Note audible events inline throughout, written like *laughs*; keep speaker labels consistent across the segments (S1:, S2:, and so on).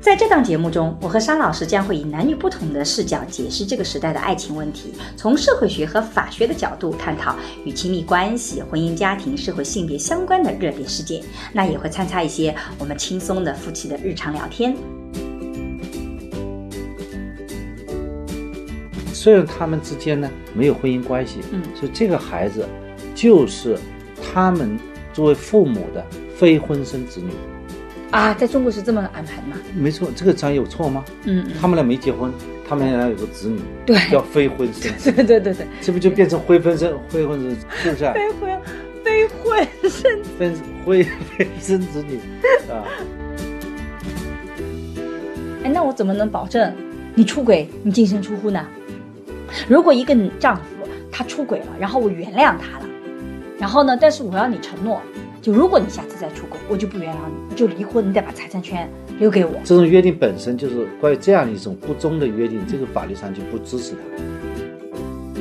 S1: 在这档节目中，我和商老师将会以男女不同的视角解释这个时代的爱情问题，从社会学和法学的角度探讨与亲密关系、婚姻家庭、社会性别相关的热点事件。那也会参插一些我们轻松的夫妻的日常聊天。
S2: 虽然他们之间呢没有婚姻关系，
S1: 嗯
S2: 所以这个孩子就是他们作为父母的非婚生子女。
S1: 啊，在中国是这么安排的吗？
S2: 没错，这个讲有错吗？
S1: 嗯，
S2: 他们俩没结婚，他们俩有个子女，
S1: 对 *laughs*
S2: 叫非婚生，
S1: 对对对对，
S2: 这不就变成非婚生、非婚生，是不是啊？
S1: 非婚非婚生
S2: *laughs* 分非非生子女啊？
S1: 哎，那我怎么能保证你出轨你净身出户呢？如果一个你丈夫他出轨了，然后我原谅他了，然后呢，但是我要你承诺，就如果你下次再出轨，我就不原谅你，就离婚，你得把财产权留给我。
S2: 这种约定本身就是关于这样一种不忠的约定，这个法律上就不支持它。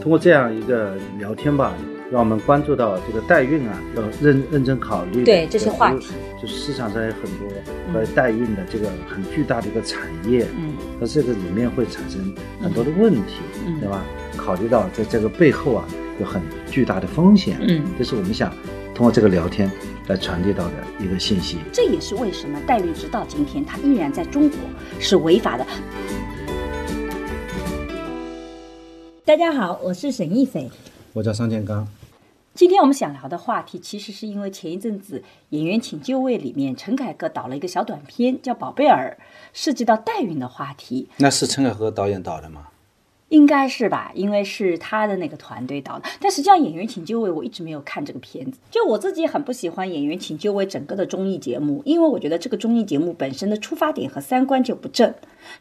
S2: 通过这样一个聊天吧，让我们关注到这个代孕啊，要认认真考虑。
S1: 对这些话题，
S2: 就是市场上有很多
S1: 嗯
S2: 关于代孕的这个很巨大的一个产业，
S1: 嗯
S2: 它这个里面会产生很多的问题，
S1: 嗯
S2: 对吧？考虑到在这个背后啊，有很巨大的风险，
S1: 嗯，
S2: 这是我们想通过这个聊天来传递到的一个信息。
S1: 这也是为什么代孕直到今天，它依然在中国是违法的。大家好，我是沈亦斐。
S2: 我叫商建刚。
S1: 今天我们想聊的话题，其实是因为前一阵子《演员请就位》里面陈凯歌导了一个小短片，叫《宝贝儿》，涉及到代孕的话题，
S3: 那是陈凯歌导演导的吗？
S1: 应该是吧？因为是他的那个团队导的。但实际上，《演员请就位》我一直没有看这个片子，就我自己很不喜欢《演员请就位》整个的综艺节目，因为我觉得这个综艺节目本身的出发点和三观就不正，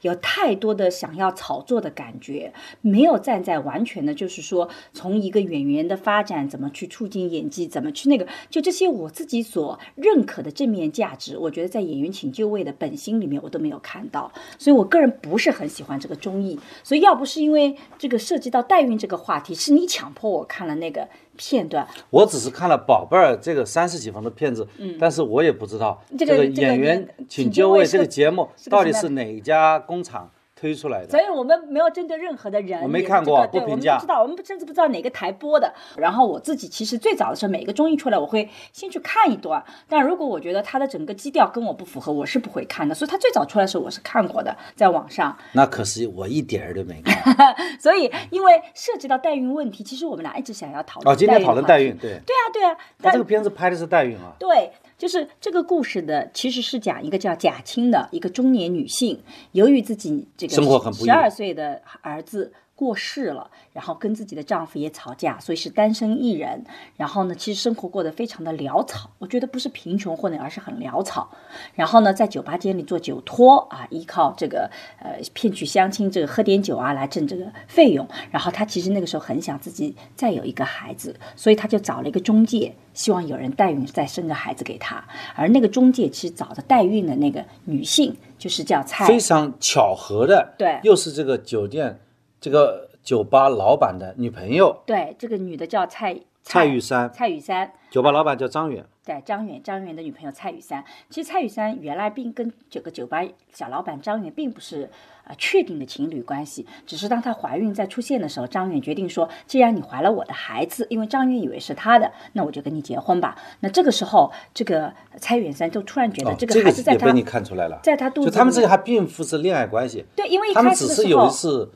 S1: 有太多的想要炒作的感觉，没有站在完全的，就是说从一个演员的发展怎么去促进演技，怎么去那个，就这些我自己所认可的正面价值，我觉得在《演员请就位》的本心里面我都没有看到，所以我个人不是很喜欢这个综艺。所以要不是因为这个涉及到代孕这个话题，是你强迫我看了那个片段，
S3: 我只是看了《宝贝儿》这个三十几分的片子，但是我也不知道
S1: 嗯这
S3: 这
S1: 个
S3: 个
S1: 这个
S3: 演员
S1: 演请
S3: 请
S1: 就
S3: 就
S1: 位
S3: 位
S1: 是
S3: 这
S1: 个
S3: 个节目
S1: 是个
S3: 到底
S1: 什么样
S3: 是哪家工厂推出来
S1: 所
S3: 的。
S1: 以我们没有针对任何的人，
S3: 我没
S1: 也
S3: 看
S1: 知
S3: 过
S1: 道对
S3: 不
S1: 我们
S3: 评价
S1: 不知道，我们不甚至不知道哪个台播的。然后我自己其实最早的时候，每个综艺出来，我会先去看一段。但如果我觉得它的整个基调跟我不符合，我是不会看的。所以它最早出来的时候，我是看过的，在网上。
S3: 那可惜我一点儿都没看。
S1: 所以因为涉及到代孕问题，其实我们俩一直想要讨论。
S3: 哦，
S1: *laughs*
S3: 今天讨论代。孕，对，
S1: 对啊，对啊，
S3: 那
S1: 但
S3: 这个片子拍的是代孕啊。
S1: 对，就是这个故事的，其实是讲一个叫贾青的一个中年女性，由于自己这个
S3: 生活很不易
S1: 十二岁的儿子过世了，然后跟自己的丈夫也吵架，所以是单身一人。然后呢，其实生活过得非常的潦草，我觉得不是贫穷混的，而是很潦草。然后呢，在酒吧间里做酒托啊，依靠这个呃骗取相亲这个喝点酒啊来挣这个费用。然后她其实那个时候很想自己再有一个孩子，所以她就找了一个中介，希望有人代孕再生个孩子给她。而那个中介其实找的代孕的那个女性就是叫蔡
S3: 非常巧合的，
S1: 对
S3: 又是这个酒店这个酒吧老板的女朋友
S1: 对，这个女的叫蔡
S3: 蔡玉山，
S1: 蔡雨珊。
S3: 酒吧老板叫张远，
S1: 对，张远，张远的女朋友蔡雨珊。其实蔡雨珊原来并跟这个酒吧小老板张远并不是啊、呃确定的情侣关系，只是当她怀孕在出现的时候，张远决定说，既然你怀了我的孩子，因为张远以为是他的，那我就跟你结婚吧。那这个时候，这个蔡雨珊就突然觉得
S3: 哦
S1: 这个孩子在
S3: 也
S1: 她、
S3: 被你看出来了，
S1: 在她肚子
S3: 就
S1: 里，
S3: 他们这个还并不是恋爱关系，
S1: 对，因为一
S3: 他们
S1: 开始
S3: 只
S1: 的
S3: 是
S1: 时
S3: 有
S1: 候
S3: 一次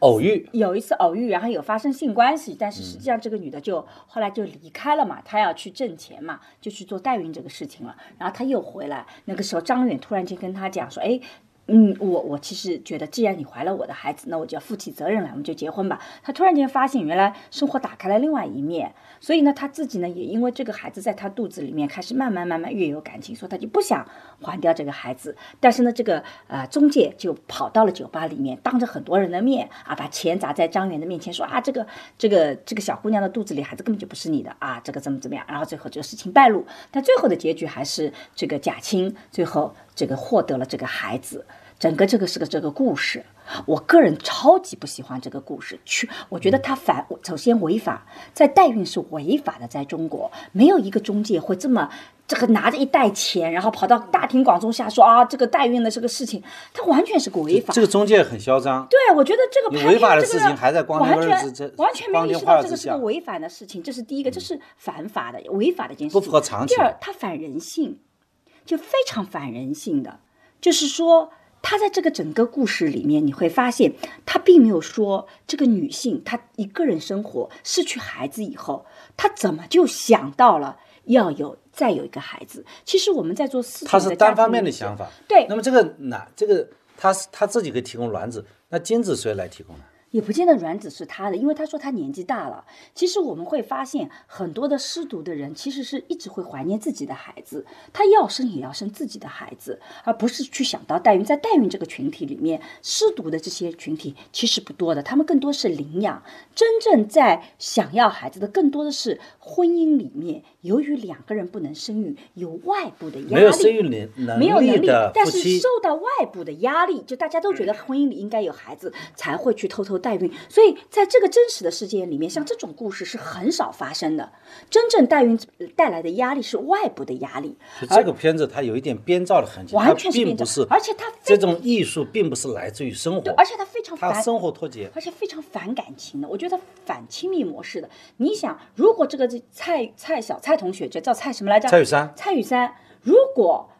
S3: 偶遇，
S1: 有一次偶遇，然后有发生性关系，但是实际上这个女的就、后来就离开了嘛，她要去挣钱嘛，就去做代孕这个事情了。然后她又回来，那个时候张远突然间跟她讲说：“哎，嗯，我我其实觉得，既然你怀了我的孩子，那我就要负起责任来，我们就结婚吧。他突然间发现，原来生活打开了另外一面，所以呢，他自己呢也因为这个孩子在他肚子里面开始慢慢慢慢越有感情，所以他就不想还掉这个孩子。但是呢，这个呃中介就跑到了酒吧里面，当着很多人的面啊，把钱砸在张元的面前，说啊这个这个这个小姑娘的肚子里孩子根本就不是你的啊，这个怎么怎么样。然后最后这个事情败露，但最后的结局还是这个贾青最后这个获得了这个孩子。整个这个是个这个故事，我个人超级不喜欢这个故事，去，我
S2: 嗯
S1: 觉得它反，首先违法，在代孕是违法的，在中国没有一个中介会这么这个拿着一袋钱，然后跑到大庭广众下说啊这个代孕的这个事情，它完全是个违法。
S2: 这个中介很嚣张，
S1: 对，我觉得这个拍
S2: 你
S1: 片
S2: 违法的
S1: 这个
S2: 事情还在光
S1: 完
S2: 天
S1: 全
S2: 化日之
S1: 完全没有
S2: 光
S1: 意
S2: 天
S1: 识
S2: 化
S1: 到
S2: 日
S1: 这
S2: 之
S1: 个是
S2: 下嗯
S1: 个违反的事情，这是第一个，这是反法的违法的一件事情，
S2: 不符合常
S1: 第
S2: 情
S1: 二，它反人性，就非常反人性的，就是说。他在这个整个故事里面，你会发现，他并没有说这个女性她一个人生活失去孩子以后，她怎么就想到了要有再有一个孩子。其实我们在做四
S2: 他
S1: 种
S2: 是
S1: 家
S2: 单方
S1: 庭
S2: 面的
S1: 理解
S2: 想法。
S1: 对
S2: 那么这个哪这个他是他自己可以提供卵子，那精子谁来提供呢？
S1: 也不见得卵子是他的，因为他说他年纪大了。其实我们会发现，很多的失独的人其实是一直会怀念自己的孩子，他要生也要生自己的孩子，而不是去想到代孕。在代孕这个群体里面，失独的这些群体其实不多的，他们更多是领养。真正在想要孩子的，更多的是婚姻里面，由于两个人不能生育，有外部的压力，
S2: 没有生育能能
S1: 没有能
S2: 力
S1: 力
S2: 的，
S1: 但
S2: 夫
S1: 是
S2: 妻
S1: 受到外部的压力，就大家都觉得婚姻里应该有孩子才会去偷偷代孕，所以在这个真实的事件里面，像这种故事是很少发生的。真正代孕呃带来的压力是外部的压力，
S2: 就这个片子它有一点编造的痕迹，
S1: 完全
S2: 它
S1: 是
S2: 并
S1: 变
S2: 不
S1: 成
S2: 是，
S1: 而且它
S2: 这
S1: 非
S2: 种艺术并不是来自于生活
S1: 对，，而且它非常
S2: 它
S1: 反
S2: 生活脱节。
S1: 而且非常反感情的，我觉得反亲密模式的。你想，如果这个蔡蔡小蔡同学，就叫蔡什么来着？
S2: 蔡雨珊
S1: 蔡雨珊，如果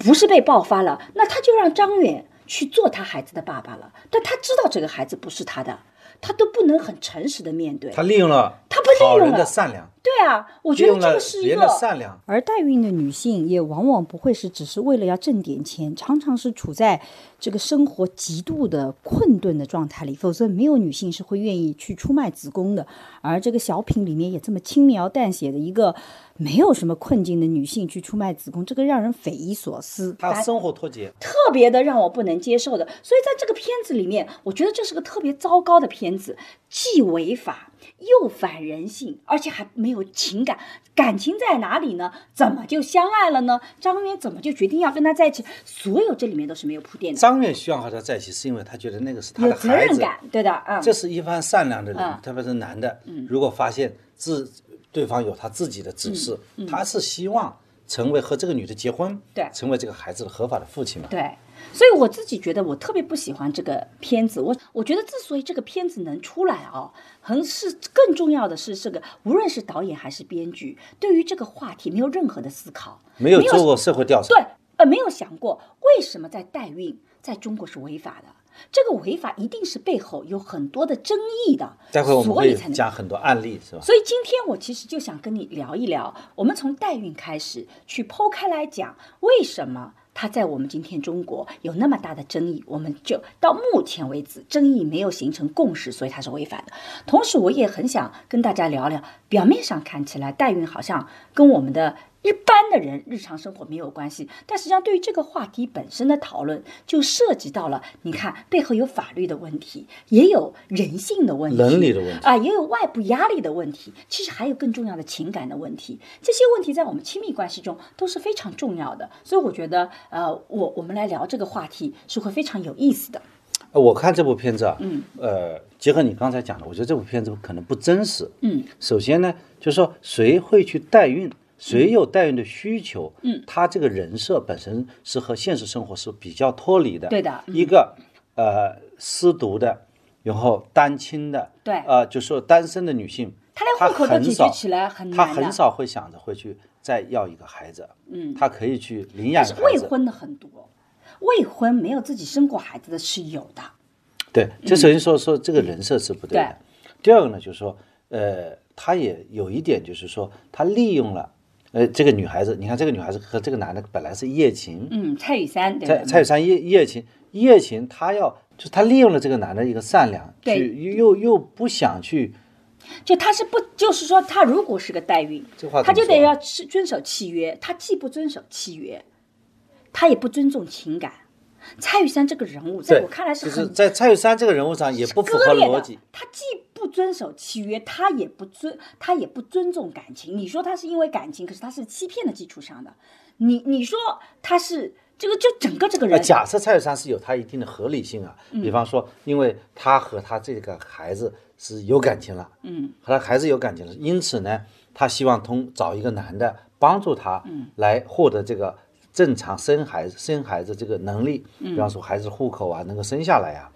S1: 不是被爆发了，那他就让张远去做他孩子的爸爸了。但他知道这个孩子不是他的，他都不能很诚实的面对。
S2: 他利用了
S1: 他不利用
S2: 好人的
S1: 了
S2: 善良，
S1: 对啊，我
S2: 利
S1: 觉得
S2: 用
S1: 这
S2: 了
S1: 个是一
S2: 人
S1: 个
S2: 的善良，
S4: 而代孕的女性也往往不会是只是为了要挣点钱，常常是处在这个生活极度的困顿的状态里，否则没有女性是会愿意去出卖子宫的。而这个小品里面也这么轻描淡写的一个没有什么困境的女性去出卖子宫，这个让人匪夷所思。
S2: 他生活脱节。
S1: 特别的让我不能接受的。所以在这个片子里面，我觉得这是个特别糟糕的片子，既违法又反人性，而且还没有情感。感情在哪里呢？怎么就相爱了呢？张渊怎么就决定要跟他在一起？所有这里面都是没有铺垫的，
S2: 张远希望和他在一起，是因为他觉得那个是他
S1: 有
S2: 的
S1: 责
S2: 孩
S1: 任
S2: 子，
S1: 感，对的，嗯，
S2: 这是一番善良的人，
S1: 嗯
S2: 特别是男的，如果发现自对方有他自己的指示，他是希望成为和这个女的结婚，
S1: 嗯对
S2: 成为这个孩子的合法的父亲嘛。
S1: 对，所以我自己觉得我特别不喜欢这个片子。我我觉得之所以这个片子能出来啊，很是更重要的是这个，无论是导演还是编剧，对于这个话题没有任何的思考，
S2: 没有做过社会调查，
S1: 对，呃，没有想过为什么在代孕在中国是违法的。这个违法一定是背后有很多的争议的，
S2: 待会我们
S1: 所以
S2: 会
S1: 才能
S2: 讲很多案例，是吧？
S1: 所以今天我其实就想跟你聊一聊，我们从代孕开始去剖开来讲，为什么它在我们今天中国有那么大的争议？我们就到目前为止，争议没有形成共识，所以它是违法的。同时，我也很想跟大家聊聊，表面上看起来代孕好像跟我们的。一般的人日常生活没有关系，但实际上对于这个话题本身的讨论，就涉及到了你看背后有法律的问题，也有人性的问题，
S2: 伦理的问题
S1: 啊，也有外部压力的问题，其实还有更重要的情感的问题。这些问题在我们亲密关系中都是非常重要的，所以我觉得，呃，我我们来聊这个话题是会非常有意思的。
S2: 呃我看这部片子啊，
S1: 嗯
S2: 呃，结合你刚才讲的，我觉得这部片子可能不真实。
S1: 嗯，
S2: 首先呢，就是说谁会去代孕，谁有代孕的需求，嗯，他这个人设本身是和现实生活是比较脱离的。
S1: 对的嗯
S2: 一个呃失独的，然后单亲的，
S1: 对
S2: 呃，就说单身的女性，
S1: 她连户口都
S2: 很
S1: 解决
S2: 少
S1: 起来很
S2: 她
S1: 难的
S2: 很少会想着会去再要一个孩子，嗯，她可以去领
S1: 但
S2: 养一
S1: 是
S2: 个孩
S1: 未
S2: 子。
S1: 婚的很多，未婚没有自己生过孩子的是有的。
S2: 对，
S1: 嗯
S2: 这首先说说这个人设是不对的。第二个呢，就是说，呃，他也有一点，就是说，他利用了呃，这个女孩子，你看这个女孩子和这个男的本来是夜情，
S1: 嗯，蔡雨珊对
S2: 蔡
S1: 吧？
S2: 蔡雨珊夜夜情，夜情她要就是她利用了这个男的一个善良，
S1: 对
S2: 去又又不想去
S1: 就他是不，就是说他如果是个代孕，
S2: 这话怎么
S1: 他就
S2: 说
S1: 得要是遵守契约，他既不遵守契约，他也不尊重情感。蔡雨珊这个人物，在
S2: 对，
S1: 我看来是
S2: 就是
S1: 很
S2: 在蔡玉珊这个人物上也不符
S1: 割
S2: 合
S1: 裂
S2: 逻
S1: 的
S2: 辑。。
S1: 他既不遵守契约，他也不尊，他也不尊重感情。你说他是因为感情，可是他是欺骗的基础上的。你你说他是这个，就整个这个
S2: 呃，
S1: 人，
S2: 假设蔡玉珊是有她一定的合理性啊，比方说，因为她和她这个孩子是有感情了，
S1: 嗯，
S2: 和她孩子有感情了，因此呢，她希望通找一个男的帮助她，来获得这个正常生孩子、生孩子这个能力，比方说孩子户口啊能够生下来啊。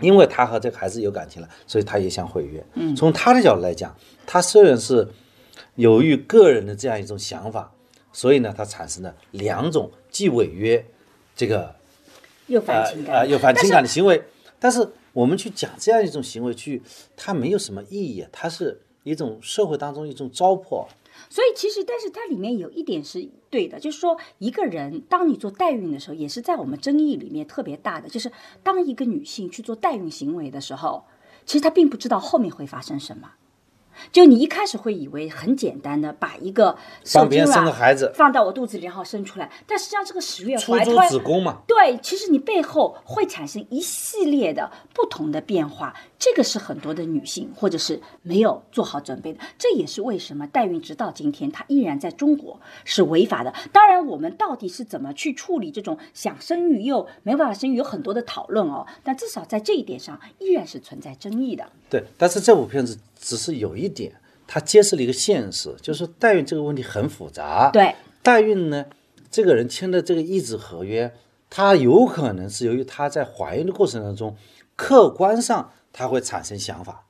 S2: 因为她和这个孩子有感情了，所以她也想毁约。嗯，从她的角度来讲，她虽然是由于个人的这样一种想法，所以呢，她产生了两种既违约这个
S1: 又
S2: 啊
S1: 反情
S2: 啊
S1: 感，
S2: 有反情感的行为，但是我们去讲这样一种行为去，它没有什么意义，啊它是一种社会当中一种糟粕。
S1: 所以其实，但是它里面有一点是对的，就是说，一个人当你做代孕的时候，也是在我们争议里面特别大的，就是当一个女性去做代孕行为的时候，其实她并不知道后面会发生什么。就你一开始会以为很简单的把一个受
S2: 帮别
S1: 精
S2: 人生
S1: 卵
S2: 个孩子，
S1: 放到我肚子里，然后生出来，但实际上这个十月
S2: 出
S1: 怀
S2: 租
S1: 胎
S2: 子宫嘛，
S1: 对，其实你背后会产生一系列的不同的变化，这个是很多的女性或者是没有做好准备的，这也是为什么代孕直到今天它依然在中国是违法的。当然，我们到底是怎么去处理这种想生育又没办法生育，有很多的讨论哦。但至少在这一点上，依然是存在争议的。
S2: 对。但是这部片子只是有一点，它揭示了一个现实，就是代孕这个问题很复杂。，
S1: 对，
S2: 代孕呢，这个人签的这个一纸合约，他有可能是由于他在怀孕的过程当中，客观上他会产生想法，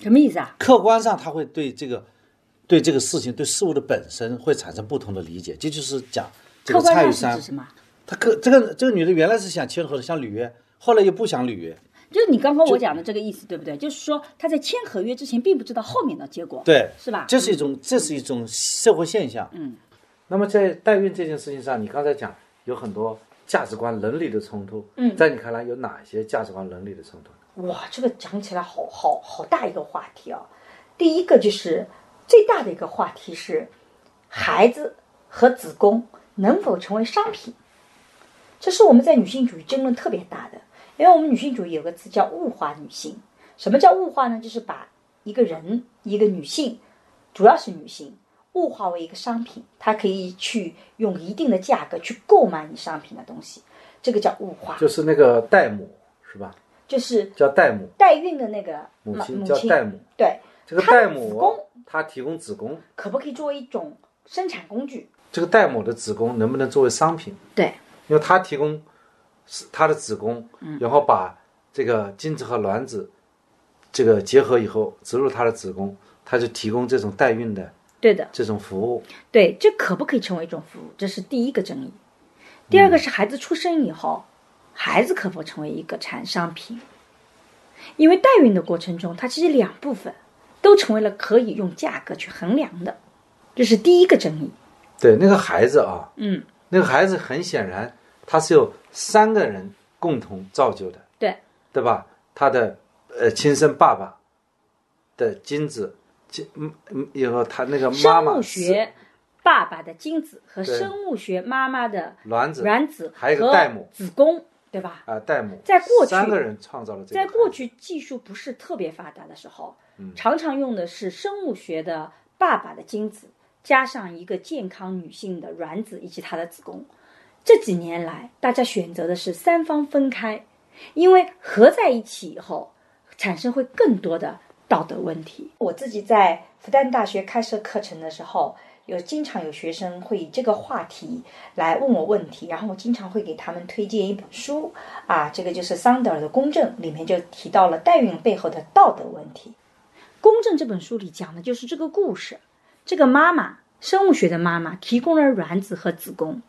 S1: 什么意思啊？
S2: 客观上他会对这个对这个事情对事物的本身会产生不同的理解，这就是讲这
S1: 客
S2: 个
S1: 观
S2: 蔡
S1: 上
S2: 雨
S1: 是
S2: 珊
S1: 指，什么？
S2: 她客这个这个女的原来是想签合同想履约，后来又不想履约，
S1: 就是你刚刚我讲的这个意思，对不对？就是说她在签合约之前，并不知道后面的结果，
S2: 对，
S1: 是吧？
S2: 这是一种这是一种社会现象。
S1: 嗯，
S3: 那么在代孕这件事情上，你刚才讲有很多价值观、伦理的冲突，
S1: 嗯
S3: 在你看来有哪些价值观、伦理的冲突？
S1: 哇，这个讲起来好好好大一个话题啊！第一个就是最大的一个话题是，孩子和子宫能否成为商品，这是我们在女性主义争论特别大的。因为我们女性主义有个词叫物化女性，什么叫物化呢？就是把一个人、一个女性，主要是女性，物化为一个商品，她可以去用一定的价格去购买你商品的东西，这个叫物化，
S3: 就是那个代母是吧？
S1: 就是
S3: 叫代母，
S1: 代孕的那个
S3: 母
S1: 妈
S3: 亲
S1: 母
S3: 叫
S1: 亲
S3: 代母。
S1: 对，
S3: 这个
S1: 她的
S3: 代
S1: 子
S3: 母啊
S1: 宫
S3: 它提供子宫，
S1: 可不可以作为一种生产工具？
S3: 这个代母的子宫能不能作为商品？
S1: 对，
S3: 因为它提供是它的子宫，
S1: 嗯
S3: 然后把这个精子和卵子这个结合以后植入它的子宫，它就提供这种代孕的
S1: 对的，
S3: 这种服务。
S1: 对，这可不可以成为一种服务？这是第一个争议。第
S3: 嗯
S1: 二个是孩子出生以后，孩子可否成为一个产商品？因为代孕的过程中，它其实两部分都成为了可以用价格去衡量的，这是第一个争议。
S3: 对，那个孩子啊，
S1: 嗯，
S3: 那个孩子很显然他是有三个人共同造就的，
S1: 对，
S3: 对吧？他的呃亲生爸爸的精子，精嗯嗯，以后他那个妈
S1: 生
S3: 妈
S1: 物
S3: 是
S1: 学爸爸的精子和
S3: 对
S1: 生物学妈妈的
S3: 卵子
S1: 卵子，
S3: 还有一个代母
S1: 子宫，对吧？
S3: 啊、代母，
S1: 在过去
S3: 三个人创造了这个
S1: 在
S3: 孩子，
S1: 过去技术不是特别发达的时候，
S3: 嗯
S1: 常常用的是生物学的爸爸的精子加上一个健康女性的卵子以及她的子宫。这几年来，大家选择的是三方分开，因为合在一起以后，产生会更多的道德问题。我自己在复旦大学开设课程的时候，有经常有学生会以这个话题来问我问题，然后我经常会给他们推荐一本书啊，这个就是桑德尔的《公正》，里面就提到了代孕背后的道德问题。《公正》这本书里讲的就是这个故事，这个妈妈，生物学的妈妈提供了卵子和子宫，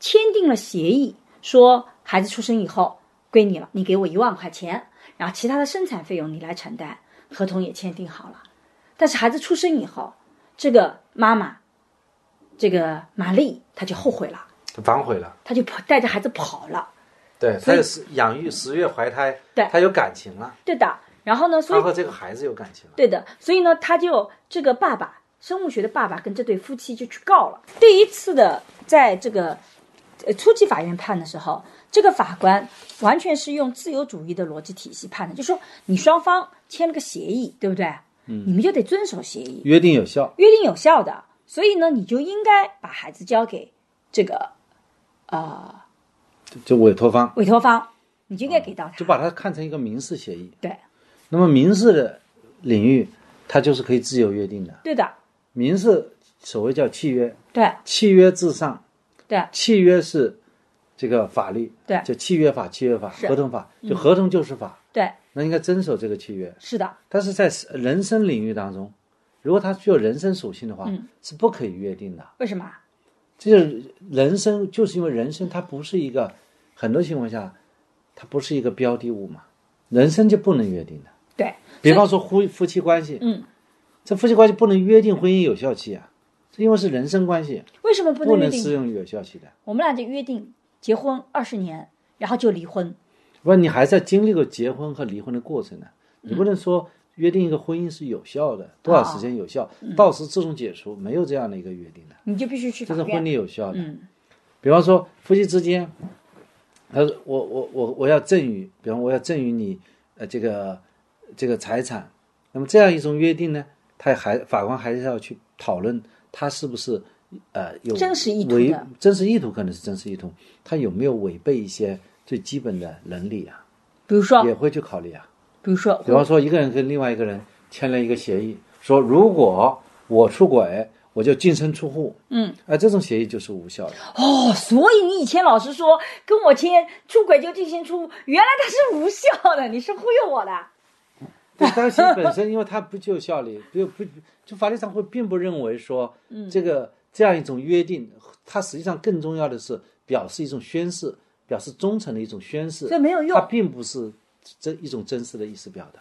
S1: 签订了协议，说孩子出生以后归你了，你给我一万块钱，然后其他的生产费用你来承担，合同也签订好了。但是孩子出生以后，这个妈妈这个玛丽她就后悔了，
S2: 反悔了。
S1: 她就跑带着孩子跑了。
S2: 对，他是养育十月怀胎，
S1: 对
S2: 他有感情了，
S1: 对的，然后呢，所
S2: 他
S1: 以
S2: 和这个孩子有感情了。
S1: 对的，所以呢，他就这个爸爸，生物学的爸爸跟这对夫妻就去告了。第一次的在这个呃初级法院判的时候，这个法官完全是用自由主义的逻辑体系判的，就说你双方签了个协议，对不对？嗯，你们就得遵守协议，
S2: 约定有效，
S1: 约定有效的，所以呢，你就应该把孩子交给这个呃
S2: 就委托方
S1: 委托方，你就应该给到他。
S2: 就把它看成一个民事协议。
S1: 对
S2: 那么民事的领域，它就是可以自由约定的。
S1: 对的，
S2: 民事所谓叫契约，
S1: 对
S2: 契约至上，
S1: 对
S2: 契约是这个法律，
S1: 对
S2: 就契约法、契约法、
S1: 是嗯
S2: 合同法，就合同就是法，
S1: 对，
S2: 那应该遵守这个契约。
S1: 是的，
S2: 但是在人身领域当中，如果它具有人身属性的话，
S1: 嗯
S2: 是不可以约定的。
S1: 为什么啊？
S2: 这就是人生，就是因为人生它不是一个，很多情况下，它不是一个标的物嘛，人生就不能约定的。
S1: 对，
S2: 比方说夫夫妻关系，
S1: 嗯，
S2: 这夫妻关系不能约定婚姻有效期啊，这因为是人身关系，
S1: 为什么不
S2: 不
S1: 能约
S2: 能
S1: 定
S2: 适用有效期的。
S1: 我们俩就约定结婚二十年，然后就离婚。
S2: 不然你还在经历过结婚和离婚的过程呢，
S1: 嗯
S2: 你不能说约定一个婚姻是有效的，多少时间有效，
S1: 嗯
S2: 到时自动解除，没有这样的一个约定的，
S1: 你就必须去法
S2: 这是婚
S1: 院。
S2: 礼有效的。
S1: 嗯，
S2: 比方说夫妻之间，他说我我我我要赠与，比方我要赠与你呃这个这个财产，那么这样一种约定呢，他还法官还是要去讨论他是不是呃有
S1: 真实意图
S2: 违
S1: 的
S2: 真实意图可能是真实意图，他有没有违背一些最基本的伦理啊，
S1: 比如说，
S2: 也会去考虑啊。
S1: 比如说
S2: 比，方说一个人跟另外一个人签了一个协议，说如果我出轨，我就净身出户，
S1: 嗯，
S2: 哎，这种协议就是无效的。
S1: 哦，所以你以前老是说跟我签出轨就进行出，原来它是无效的，你是忽悠我的。
S2: *laughs* 对，
S1: *laughs*
S2: 但是本身因为它不具有效力，不不就法律上会并不认为说，
S1: 嗯
S2: 这个这样一种约定，它实际上更重要的是表示一种宣誓，表示忠诚的一种宣誓，
S1: 所以没有用
S2: 它并不是真一种真实的意思表达。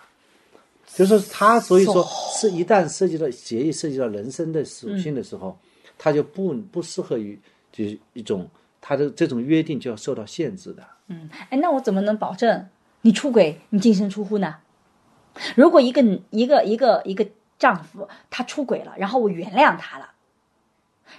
S2: 就是说它所以说是一旦涉及到协议涉及到人身的属性的时候，
S1: 嗯
S2: 它就不不适合于就是一种它的这种约定就要受到限制的。
S1: 嗯，哎，那我怎么能保证你出轨你净身出户呢？如果一个一个一个一个丈夫他出轨了，然后我原谅他了，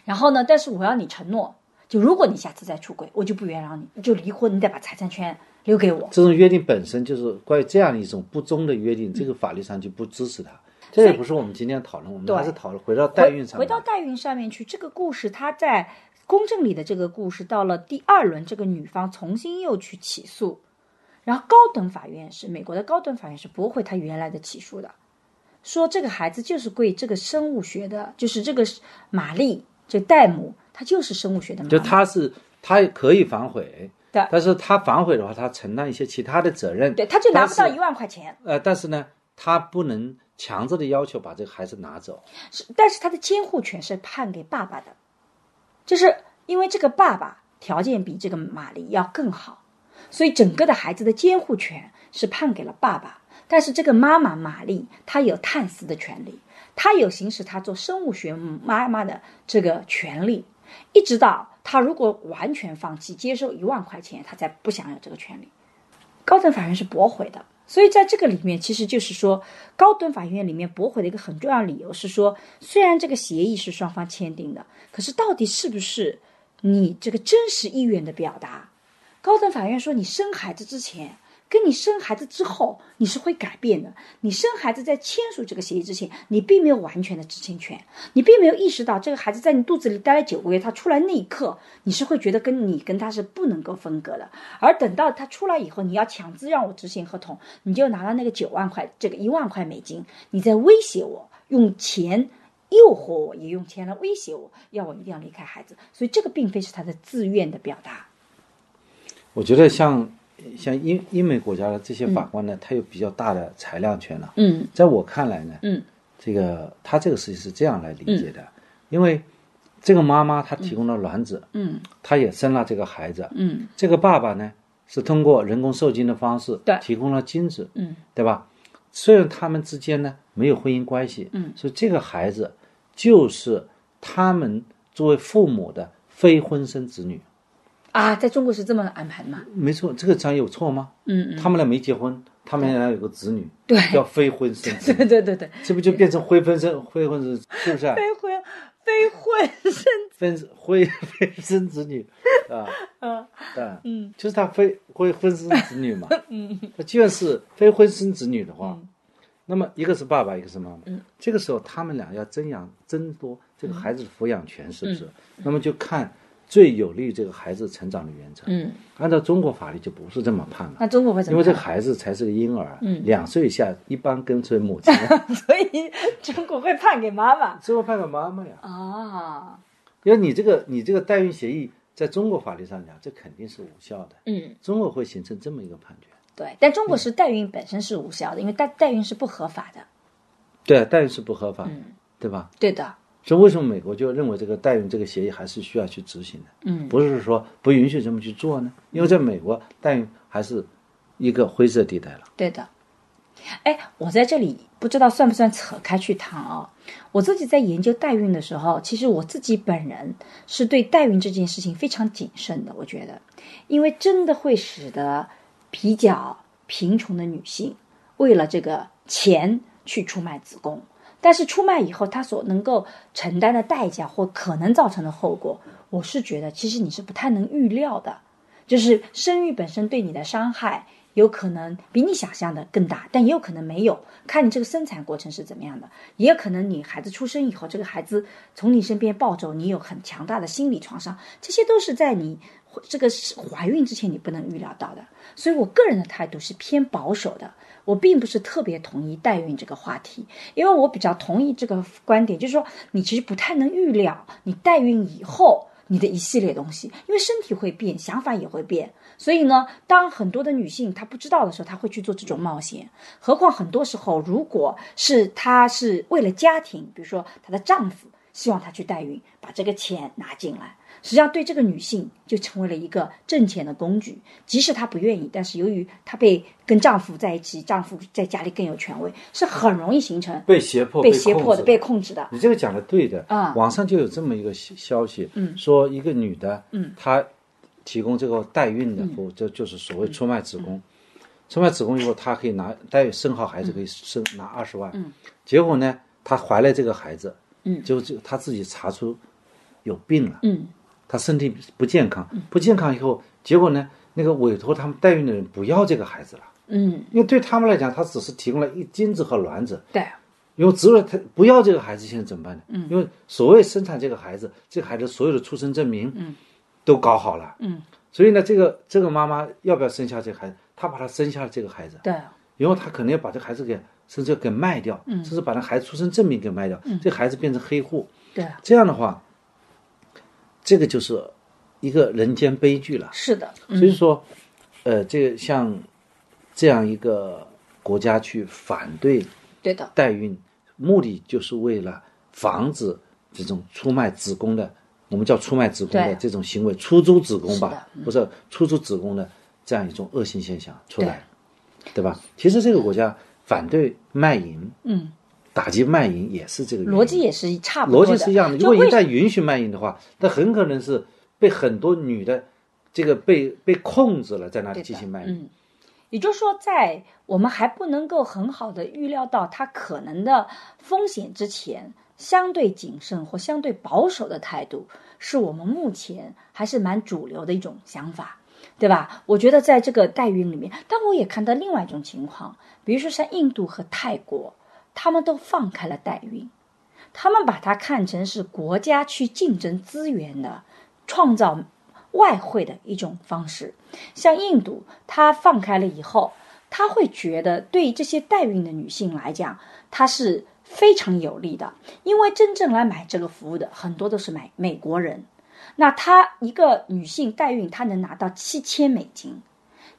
S1: 然后呢，但是我要你承诺，就如果你下次再出轨，我就不原谅你，你就离婚，你得把财产权留给我。
S2: 这种约定本身就是关于这样一种不忠的约定，这个法律上就不支持它。这也不是我们今天讨论，我们
S1: 对
S2: 还是讨论回到代孕上
S1: 回
S2: 面。
S1: 到代孕上面去，这个故事它在公证里的这个故事，到了第二轮，这个女方重新又去起诉，然后高等法院是美国的高等法院是驳回她原来的起诉的，说这个孩子就是归这个生物学的，就是这个玛丽这代母，她就是生物学的妈
S2: 就
S1: 妈。
S2: 他是他可以反悔，
S1: 对
S2: 但是他反悔的话，他承担一些其他的责任，
S1: 对，她就拿不到
S2: 但是
S1: 一万块钱，
S2: 呃，但是呢，他不能强制的要求把这个孩子拿走。
S1: 是但是她的监护权是判给爸爸的，就是因为这个爸爸条件比这个玛丽要更好，所以整个的孩子的监护权是判给了爸爸。但是这个妈妈玛丽，她有探视的权利，她有行使她做生物学妈妈的这个权利，一直到她如果完全放弃接受一万块钱，她才不享有这个权利。高等法院是驳回的。所以在这个里面，其实就是说，高等法院里面驳回的一个很重要的理由是说，虽然这个协议是双方签订的，可是到底是不是你这个真实意愿的表达？高等法院说，你生孩子之前跟你生孩子之后，你是会改变的。你生孩子在签署这个协议之前，你并没有完全的知情权，你并没有意识到这个孩子在你肚子里待了九个月，他出来那一刻，你是会觉得跟你跟他是不能够分割的。而等到他出来以后，你要强制让我执行合同，你就拿了那个九万块，这个一万块美金，你在威胁我，用钱诱惑我，也用钱来威胁我，要我一定要离开孩子。所以这个并非是他的自愿的表达。
S2: 我觉得像像英英美国家的这些法官呢，他有比较大的裁量权啊了。
S1: 嗯
S2: 在我看来呢，
S1: 嗯，
S2: 这个他这个事情是这样来理解的，因为这个妈妈她提供了卵子，
S1: 嗯
S2: 她也生了这个孩子，
S1: 嗯
S2: 这个爸爸呢是通过人工受精的方式
S1: 对
S2: 提供了精子，
S1: 嗯，
S2: 对吧？虽然他们之间呢没有婚姻关系，
S1: 嗯，
S2: 所以这个孩子就是他们作为父母的非婚生子女。
S1: 啊，在中国是这么安排的吗？
S2: 没错，这个讲有错吗？
S1: 嗯嗯，
S2: 他们俩没结婚，他们俩有个子女，
S1: 对
S2: 叫非婚生
S1: *laughs*
S2: 子
S1: 对
S2: 女，
S1: 对对对，
S2: 这不就变成非婚生非婚生，是不是啊？
S1: 非婚非婚生，
S2: 分非非生子女啊，
S1: 嗯
S2: 啊，
S1: 嗯，
S2: 就是他非婚婚生子女嘛， *laughs* 嗯，他既然是非婚生子女的话，那么一个是爸爸，一个是妈妈，嗯，这个时候他们俩要争养争夺这个孩子的抚养权，是不是？那么就看最有利于这个孩子成长的原则，
S1: 嗯，
S2: 按照中国法律就不是这么判嗯了
S1: 那。中国会怎
S2: 因
S1: 么
S2: 为
S1: 办？
S2: 这个孩子才是个婴儿，两岁以下一般跟随母 *laughs* 亲，
S1: *laughs* 所以中国会判给妈妈
S2: 最后判给妈妈呀。
S1: 啊，
S2: 因为你这个你这个代孕协议，在中国法律上讲，这肯定是无效的。
S1: 嗯，
S2: 中国会形成这么一个判决。
S1: 对，但中国是代孕本身是无效的，因为代代孕是不合法的，
S2: 对啊，代孕是不合法的，对吧？
S1: 对的，
S2: 所以为什么美国就认为这个代孕这个协议还是需要去执行的？嗯，不是说不允许这么去做呢？因为在美国，代孕还是一个灰色地带了。
S1: 对的。哎，我在这里不知道算不算扯开去谈啊、我自己在研究代孕的时候，其实我自己本人是对代孕这件事情非常谨慎的。我觉得，因为真的会使得比较贫穷的女性为了这个钱去出卖子宫，但是出卖以后她所能够承担的代价或可能造成的后果，我是觉得其实你是不太能预料的。就是生育本身对你的伤害，有可能比你想象的更大，但也有可能没有，看你这个生产过程是怎么样的，也有可能你孩子出生以后，这个孩子从你身边抱走，你有很强大的心理创伤，这些都是在你这个怀孕之前你不能预料到的。所以我个人的态度是偏保守的，我并不是特别同意代孕这个话题，因为我比较同意这个观点，就是说你其实不太能预料你代孕以后。你的一系列东西，因为身体会变，想法也会变，所以呢，当很多的女性她不知道的时候，她会去做这种冒险。何况很多时候，如果是她是为了家庭，比如说她的丈夫希望她去代孕，把这个钱拿进来，实际上对这个女性就成为了一个挣钱的工具。即使她不愿意，但是由于她被跟丈夫在一起，丈夫在家里更有权威，是很容易形成
S2: 被胁迫、
S1: 被胁迫的、被
S2: 被
S1: 控制的。
S2: 你这个讲的对的
S1: 啊
S2: 网上就有这么一个消消息，嗯，说一个女的，嗯，她提供这个代孕的服务，就就是所谓出卖子宫，出卖子宫以后，她可以拿代生好孩子可以生、拿二十万，嗯，结果呢，她怀了这个孩子，嗯，就就她自己查出有病了，
S1: 嗯，
S2: 她身体不健康，不健康以后，结果呢，那个委托他们代孕的人不要这个孩子了，
S1: 嗯，
S2: 因为对他们来讲，他只是提供了一精子和卵子，
S1: 对，
S2: 因为植入他不要这个孩子，现在怎么办呢？嗯，因为所谓生产这个孩子，这个孩子所有的出生证明，嗯，都搞好了，
S1: 嗯，
S2: 所以呢，这个这个妈妈要不要生下这个孩子？她把她生下这个孩子，
S1: 对，
S2: 然后她可能要把这个孩子给甚至给卖掉，嗯，甚至把那孩子出生证明给卖掉，嗯，啊这个孩子变成黑户，
S1: 对，
S2: 这样的话，这个就是一个人间悲剧了。
S1: 是的，嗯
S2: 所以说，呃，这个像这样一个国家去反对
S1: 对的，
S2: 代孕，目的就是为了防止这种出卖子宫的，我们叫出卖子宫的
S1: 对
S2: 这种行为，出租子宫
S1: 是的嗯
S2: 吧，不是出租子宫的这样一种恶性现象出来，对吧？其实这个国家反对卖淫，
S1: 嗯，
S2: 打击卖淫也是这个原因
S1: 逻辑也是差不多
S2: 逻
S1: 的，
S2: 辑是一样的。如
S1: 就
S2: 果一
S1: 为
S2: 旦允许卖淫的话，那很可能是被很多女的这个被被控制了，在那里
S1: 对
S2: 进
S1: 的
S2: 行卖淫。
S1: 嗯，也就是说，在我们还不能够很好的预料到它可能的风险之前，相对谨慎或相对保守的态度，是我们目前还是蛮主流的一种想法。对吧？我觉得在这个代孕里面，但我也看到另外一种情况，比如说像印度和泰国，他们都放开了代孕，他们把它看成是国家去竞争资源的、创造外汇的一种方式。像印度，它放开了以后，他会觉得对这些代孕的女性来讲，它是非常有利的，因为真正来买这个服务的很多都是买美国人。那她一个女性代孕，她能拿到七千美金，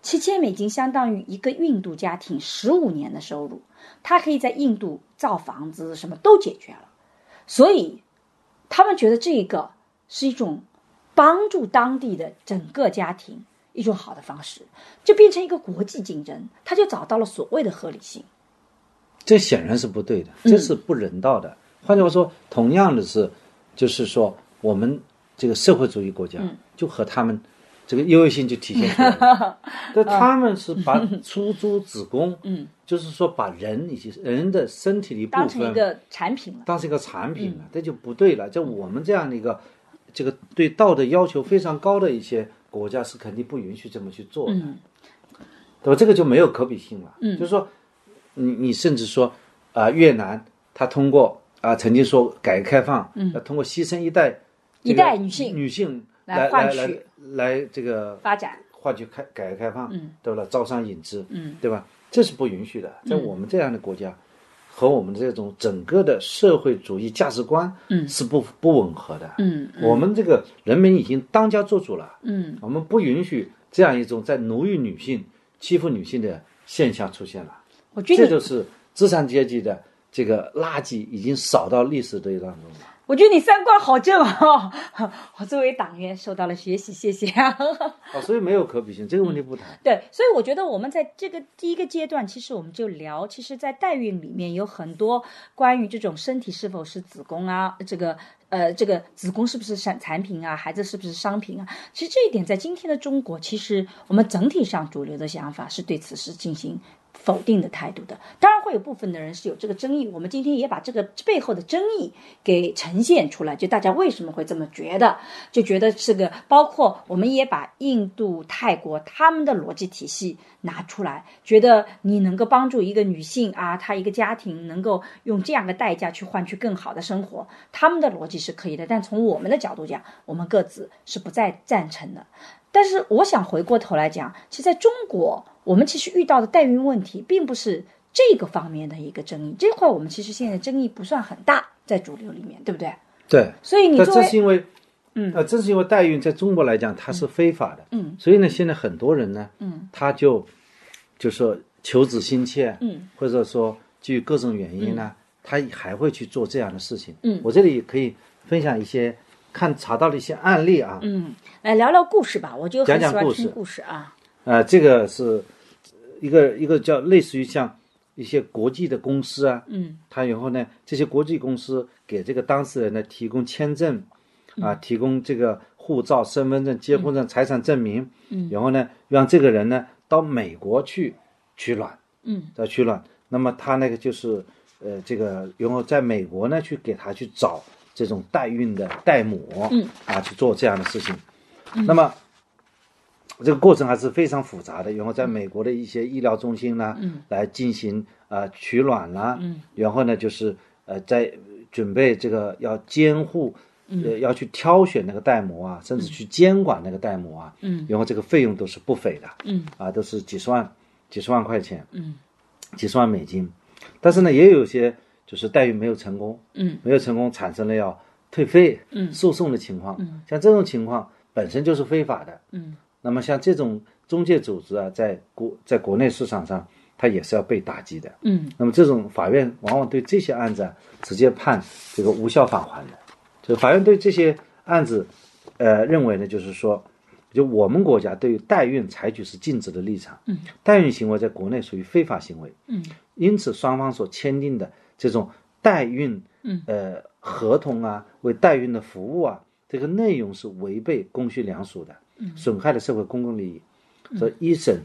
S1: 七千美金相当于一个印度家庭十五年的收入。她可以在印度造房子，什么都解决了。所以，他们觉得这个是一种帮助当地的整个家庭一种好的方式，就变成一个国际竞争，他就找到了所谓的合理性。
S2: 这
S1: 嗯
S2: 显然是不对的，这是不人道的。换句话说，同样的是，就是说我们这个社会主义国
S1: 嗯
S2: 家就和他们这个优越性就体现出来
S1: *laughs*
S2: 了。但
S1: 嗯
S2: 他们是把出租子宫，嗯，就是说把人以及人的身体的一部
S1: 当
S2: 分
S1: 成一个产品了。嗯
S2: 当是一个产品了，这就不对了。在我们这样的一个这个对道德要求非常高的一些国家是肯定不允许这么去做的，
S1: 嗯
S2: 对吧？这个就没有可比性了。嗯，就是说，你你甚至说，啊、越南它通过啊、曾经说改革开放，嗯，通过牺牲一代
S1: 一代女性
S2: 女性
S1: 来
S2: 来
S1: 换
S2: 来来
S1: 取
S2: 来这个
S1: 发展，
S2: 话剧开改革开放，嗯，对吧？招商引资，嗯，对吧？这是不允许的，
S1: 嗯
S2: 在我们这样的国家。和我们这种整个的社会主义价值观，嗯，是不不吻合的，
S1: 嗯，
S2: 我们这个人民已经当家做主了，
S1: 嗯，
S2: 我们不允许这样一种在奴役女性、欺负女性的现象出现了，
S1: 我觉得
S2: 这
S1: 你
S2: 就是资产阶级的这个垃圾已经扫到历史堆当中了。
S1: 我觉得你三观好正哦！ *laughs* 我作为党员受到了学习，谢谢、啊。
S2: 啊，所以没有可比性，这个问题不谈。
S1: 对，所以我觉得我们在这个第一个阶段，其实我们就聊，其实，在代孕里面有很多关于这种身体是否是子宫啊，这个呃，这个子宫是不是产产品啊，孩子是不是商品啊？其实这一点在今天的中国，其实我们整体上主流的想法是对此事进行。否定的态度的，当然会有部分的人是有这个争议。我们今天也把这个背后的争议给呈现出来，就大家为什么会这么觉得，就觉得这个包括我们也把印度、泰国他们的逻辑体系拿出来，觉得你能够帮助一个女性啊，她一个家庭能够用这样的代价去换取更好的生活，他们的逻辑是可以的。但从我们的角度讲，我们各自是不再赞成的。但是我想回过头来讲，其实在中国，我们其实遇到的代孕问题，并不是这个方面的一个争议。这块我们其实现在争议不算很大，在主流里面，对不对？
S2: 对，
S1: 所以你
S2: 那
S1: 作
S2: 正
S1: 为
S2: 是因为，
S1: 嗯
S2: 呃，正是因为代孕在中国来讲它是非法的，
S1: 嗯，
S2: 所以呢，现在很多人呢，
S1: 嗯，
S2: 他就就说求子心切，
S1: 嗯，
S2: 或者说基于各种原因呢，他还会去做这样的事情，
S1: 嗯
S2: 我这里可以分享一些看查到的一些案例啊，
S1: 嗯，来聊聊故事吧，我就很
S2: 讲
S1: 喜
S2: 讲
S1: 欢
S2: 故
S1: 听
S2: 事
S1: 故事啊。
S2: 呃，这个是一个一个叫类似于像一些国际的公司啊，
S1: 嗯，
S2: 它然后呢，这些国际公司给这个当事人呢提供签证，啊，提供这个护照、身份证、结婚证、财产证明，嗯，然后呢，让这个人呢到美国去取卵，
S1: 嗯，
S2: 到取卵，那么他那个就是呃这个，然后在美国呢去给他去找这种代孕的代母，嗯，啊去做这样的事情，那么。这个过程还是非常复杂的。然后在美国的一些医疗中心呢，来进行呃取卵啦，然后呢就是呃在准备这个要监护，呃要去挑选那个代母啊，甚至去监管那个代母啊，然后这个费用都是不菲的，啊都是几十万几十万块钱，几十万美金。但是呢，也有些就是待遇没有成功，
S1: 嗯，
S2: 没有成功产生了要退费、嗯，诉讼的情况，嗯，像这种情况本身就是非法的，嗯，那么像这种中介组织啊，在国在国内市场上，它也是要被打击的，
S1: 嗯，
S2: 那么这种法院往往对这些案子啊，直接判这个无效返还的，就法院对这些案子，呃，认为呢，就是说。就我们国家对于代孕采取是禁止的立场，嗯，代孕行为在国内属于非法行为，因此，双方所签订的这种代孕，嗯，呃，合同啊，为代孕的服务啊，这个内容是违背公序良俗的，损害了社会公共利益。所以一审，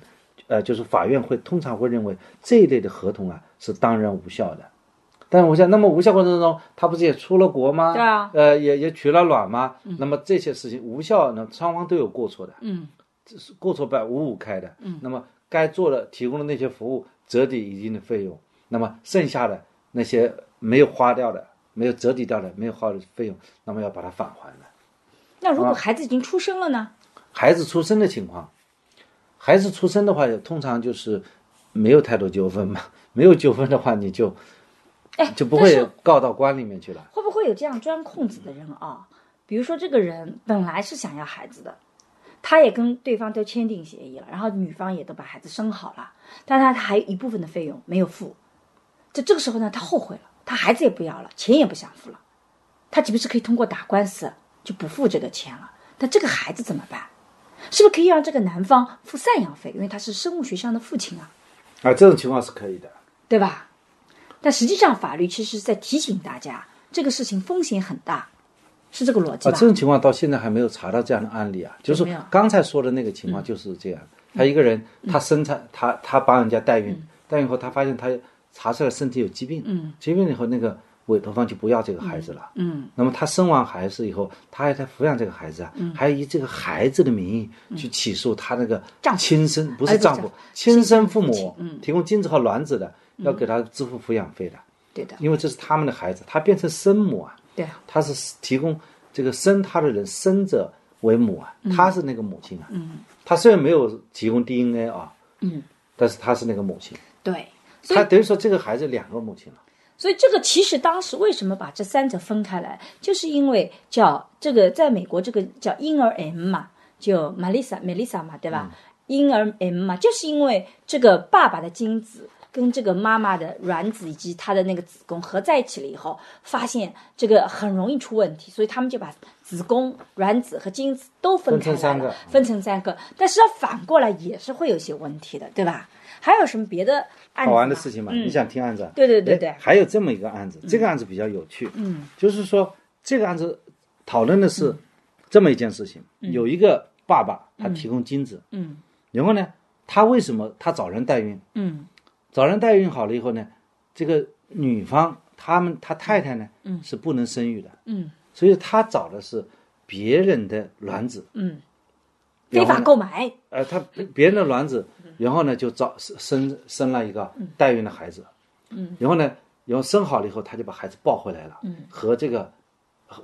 S2: 呃，就是法院会通常会认为这一类的合同啊是当然无效的。但是我想，那么无效过程中，他不是也出了国吗？
S1: 对啊，
S2: 呃，也也取了卵吗？那么这些事情无效呢，双方都有过错的。
S1: 嗯，
S2: 这是过错百五五开的。嗯，那么该做的提供的那些服务折抵一定的费用，那么剩下的那些没有花掉的、没有折抵掉的、没有花的费用，那么要把它返还的。
S1: 那如果孩子已经出生了呢？
S2: 孩子出生的情况，孩子出生的话，通常就是没有太多纠纷嘛。 *laughs* 没有纠纷的话，你就
S1: 哎，
S2: 就不
S1: 但是
S2: 会告到官里面去了。
S1: 会不会有这样钻空子的人啊？比如说，这个人本来是想要孩子的，他也跟对方都签订协议了，然后女方也都把孩子生好了，但他还有一部分的费用没有付。这这个时候呢，他后悔了，他孩子也不要了，钱也不想付了，他岂不是可以通过打官司就不付这个钱了？但这个孩子怎么办？是不是可以让这个男方付赡养费？因为他是生物学上的父亲啊。
S2: 啊，这种情况是可以的。
S1: 对吧？但实际上，法律其实是在提醒大家，这个事情风险很大，是这个逻辑
S2: 啊，
S1: 吧
S2: 这？种情况到现在还没有查到这样的案例啊，就是
S1: 有没有
S2: 刚才说的那个情况就是这样，他一个人他生产他他帮人家代孕，代孕后他发现他查出来身体有疾病，嗯，疾病以后那个委托方就不要这个孩子了，嗯，那么他生完孩子以后，他还在抚养这个孩子啊，还以这个孩子的名义去起诉他那个
S1: 丈夫
S2: 亲生嗯不
S1: 哎
S2: 是
S1: 不是
S2: 丈
S1: 丈
S2: 夫
S1: 夫
S2: 亲嗯生父母，提供精子和卵子的要给他支付抚养费的，
S1: 对的，
S2: 因为这是他们的孩子，他变成生母啊，
S1: 对啊，
S2: 他是提供这个生他的人生者为母啊，
S1: 嗯
S2: 他是那个母亲啊，他虽然没有提供 DNA 啊，
S1: 嗯，
S2: 但是他是那个母亲，
S1: 对。所以
S2: 他等于说这个孩子两个母亲了，
S1: 所以这个其实当时为什么把这三者分开来，就是因为叫这个在美国这个叫婴儿 M 嘛，就 Melissa Melissa 嘛，对吧？
S2: 嗯
S1: 婴儿 M 嘛，就是因为这个爸爸的精子跟这个妈妈的卵子以及他的那个子宫合在一起了以后，发现这个很容易出问题，所以他们就把子宫、卵子和精子都分开来了，
S2: 分成三个
S1: 分成三个。但是要反过来也是会有些问题的，对吧？还有什么别的案子
S2: 好玩的
S1: 吗
S2: 事情嘛，
S1: 嗯
S2: 你想听案子啊？
S1: 对对对
S2: 哎
S1: 对
S2: 还有这么一个案子，这个案子比较有趣，
S1: 嗯，
S2: 就是说这个案子讨论的是这么一件事情，有一个爸爸他提供精子，
S1: 嗯
S2: 然后呢，他为什么他找人代孕？
S1: 嗯
S2: 找人代孕好了以后呢，这个女方他们他太太呢，嗯，是不能生育的，
S1: 嗯
S2: 所以他找的是别人的卵子，
S1: 嗯，非
S2: 然后
S1: 法
S2: 呢
S1: 购买，
S2: 呃，他别别人的卵子，然后呢就找生生了一个代孕的孩子，嗯，然后呢，然后生好了以后，他就把孩子抱回来了，嗯，和这个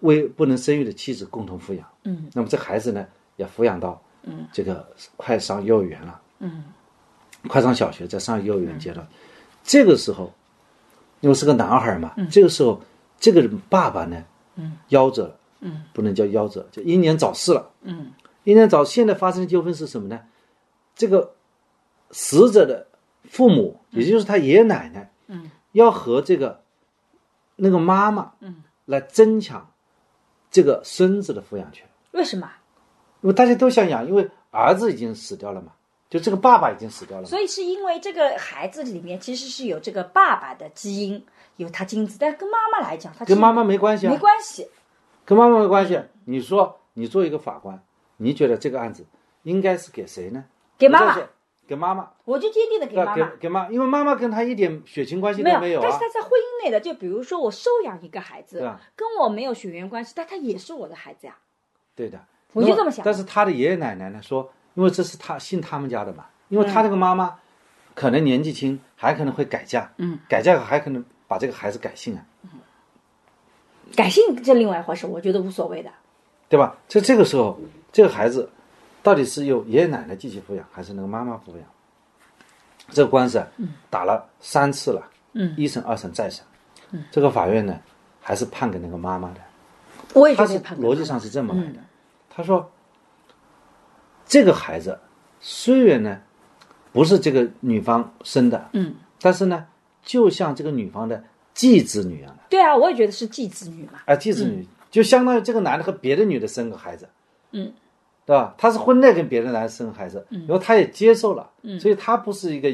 S2: 为不能生育的妻子共同抚养，
S1: 嗯，
S2: 那么这孩子呢也抚养到，嗯，这个快上幼儿园了，
S1: 嗯，
S2: 快上小学，在上幼儿园阶段，这个时候，因为是个男孩嘛，这个时候这个爸爸呢，嗯，夭折了，嗯，不能叫夭折，就英年早逝了，嗯，英年早现在发生的纠纷是什么呢？这个死者的父母，也
S1: 嗯
S2: 就是他爷爷奶奶，嗯，要和这个那个妈妈，嗯，来争抢这个孙子的抚养权，
S1: 为什么？
S2: 因为大家都想养，因为儿子已经死掉了嘛，就这个爸爸已经死掉了嘛，
S1: 所以是因为这个孩子里面其实是有这个爸爸的基因，有他精子，但跟妈妈来讲，他
S2: 跟妈妈没关系啊，
S1: 没关系。
S2: 跟妈妈没关系。你说你做一个法官，你觉得这个案子应该是给谁呢？
S1: 给妈
S2: 我
S1: 妈
S2: 在想，给妈妈，
S1: 我就坚定的给
S2: 对
S1: 妈
S2: 吧？
S1: 妈
S2: 给。给妈，因为妈妈跟他一点血亲关系
S1: 没
S2: 都
S1: 有，
S2: 没有
S1: 但是
S2: 啊
S1: 他。在婚姻内的，就比如说我收养一个孩子
S2: 对啊，
S1: 跟我没有血缘关系，但他也是我的孩子呀。
S2: 对的，
S1: 我就
S2: 那
S1: 这么想
S2: 但是他的爷爷奶奶呢说，因为这是他信他们家的嘛，因为他这个妈妈可能年纪轻，还可能会改嫁，嗯，改嫁还可能把这个孩子改姓啊，
S1: 改姓这另外一回事，我觉得无所谓的。
S2: 对吧？这这个时候，这个孩子到底是由爷爷奶奶继续抚养，还是那个妈妈抚养？这个官司啊，打了三次了，
S1: 嗯，
S2: 一审、二审、再审，这个法院呢还是判给那个妈妈的，
S1: 我也觉
S2: 他
S1: 得
S2: 是
S1: 他
S2: 逻辑上是这么
S1: 嗯
S2: 来的，他说这个孩子虽然呢不是这个女方生的，
S1: 嗯，
S2: 但是呢就像这个女方的继子女一样的，
S1: 对啊，我也觉得是继子女嘛。
S2: 啊，继子女、就相当于这个男的和别的女的生个孩子，
S1: 嗯，
S2: 对吧？他是婚内跟别的男的生个孩子，然后他也接受了，
S1: 嗯
S2: 所以他不是一个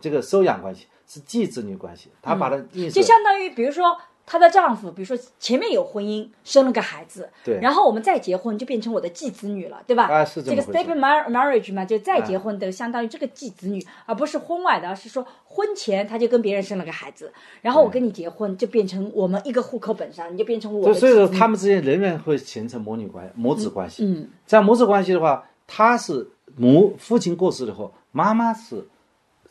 S2: 这个收养关系，是继子女关系，
S1: 嗯
S2: 他把他意思、
S1: 就相当于，比如说她的丈夫，比如说前面有婚姻，生了个孩子，
S2: 对
S1: 然后我们再结婚，就变成我的继子女了，对吧？
S2: 啊是这
S1: 这
S2: 么
S1: 个
S2: 回事哎
S1: step mar- marriage 嘛，就再结婚的，相当于这个继子女，而不是婚外的，而是说婚前他就跟别人生了个孩子，然后我跟你结婚，就变成我们一个户口本上，你就变成我的
S2: 所
S1: 继
S2: 以所
S1: 子
S2: 以
S1: 女。
S2: 说他们之间仍然会形成母女关系、母子关系。
S1: 嗯，
S2: 这样母子关系的话，他是母父亲过世了后，妈妈是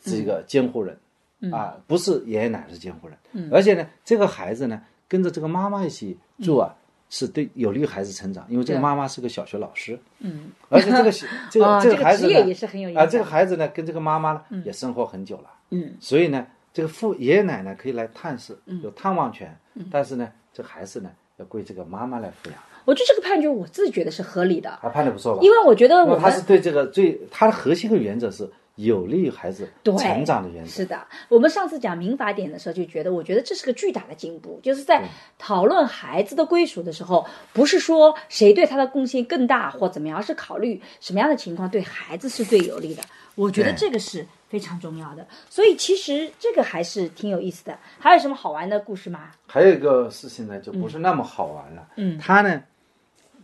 S2: 这个监护人、
S1: 嗯
S2: 啊，不是爷爷奶奶是监护人。而且呢，这个孩子呢跟着这个妈妈一起住啊，是对有利于孩子成长，因为这
S1: 嗯
S2: 个
S1: 对
S2: 妈妈是个小学老师。嗯， *laughs* 而且
S1: *laughs*
S2: 这个小这个、
S1: 啊
S2: 这
S1: 这
S2: 个
S1: 个
S2: 孩子
S1: 职
S2: 呢
S1: 业也是很有影
S2: 啊，这个
S1: 响
S2: 孩子呢跟这个妈妈呢、也生活很久了。
S1: 嗯，
S2: 所以呢，这个父爷爷奶奶可以来探视，有探望权，
S1: 嗯
S2: 但是呢，这孩子呢要归这个妈妈来抚养。
S1: 我觉得这个判决我自己觉得是合理的，
S2: 还判的不错吧？
S1: 因为我觉得
S2: 啊那
S1: 我
S2: 么他
S1: 们
S2: 是对这个最他的核心的原则是有利于孩子
S1: 对
S2: 成长的原则。
S1: 是的，我们上次讲民法典的时候就觉得，我觉得这是个巨大的进步，就是在讨论孩子的归属的时候，不是说谁对他的贡献更大或怎么样，而是考虑什么样的情况对孩子是最有利的。我觉得
S2: 对
S1: 这个是非常重要的，所以其实这个还是挺有意思的。还有什么好玩的故事吗？
S2: 还有一个事情呢，就不是那么好玩了。嗯，他呢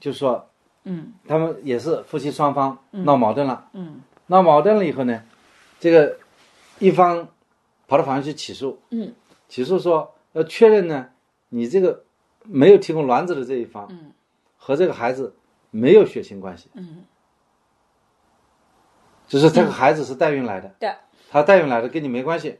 S2: 就是说，
S1: 嗯，
S2: 他们也是夫妻双方闹矛盾了，嗯，闹矛盾了以后呢，这个一方跑到法院去起诉，
S1: 嗯，
S2: 起诉说要确认呢，你这个没有提供卵子的这一方，嗯，和这个孩子没有血亲关系，嗯，就是这个孩子是代孕来的，
S1: 对，
S2: 他代孕来的跟你没关系。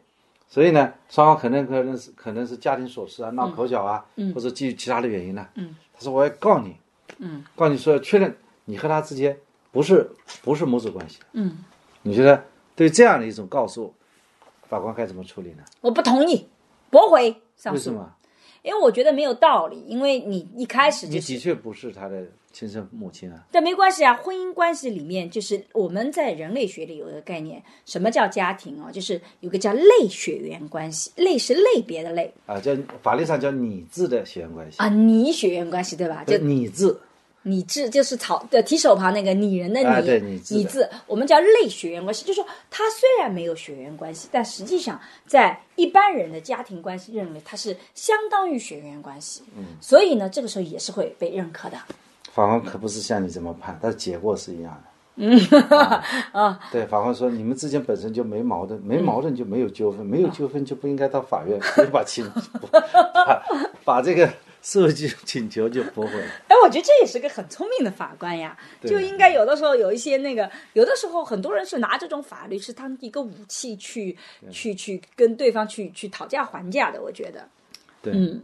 S2: 所以呢，双方可能可能是可能是家庭琐事啊、闹口角啊，或者基于其他的原因呢、
S1: 嗯
S2: 他说我要告你，
S1: 嗯，
S2: 告你说要确认你和他之间不是不是母子关系。
S1: 嗯，
S2: 你觉得对这样的一种告诉，法官该怎么处理呢？
S1: 我不同意，驳回上
S2: 为什
S1: 诉，
S2: 么？
S1: 因为我觉得没有道理，因为你一开始
S2: 你
S1: 就
S2: 的
S1: 是。
S2: 确不是他的亲生母亲啊。
S1: 但没关系啊，婚姻关系里面就是我们在人类学里有一个概念，什么叫家庭哦？就是有个叫类血缘关系，类是类别的类
S2: 啊，叫法律上叫拟制的血缘关系，
S1: 啊，拟血缘关系对吧？就
S2: 拟制
S1: 拟制就是草的提手旁那个拟人的拟，
S2: 啊对拟制的
S1: 拟制，我们叫类血缘关系，就是说它虽然没有血缘关系，但实际上在一般人的家庭关系认为它是相当于血缘关系，嗯，所以呢，这个时候也是会被认可的。
S2: 法官可不是像你这么判，但是结果是一样的。嗯啊，对，法官说你们之间本身就没矛盾，没矛盾就没有纠纷，没有纠纷就不应该到法院，不把请把把这个诉求请求就驳回了。
S1: 哎，我觉得这也是个很聪明的法官呀，就应该有的时候有一些那个，有的时候很多人是拿这种法律是当一个武器去去去跟对方去去讨价还价的，我觉得，
S2: 对
S1: 嗯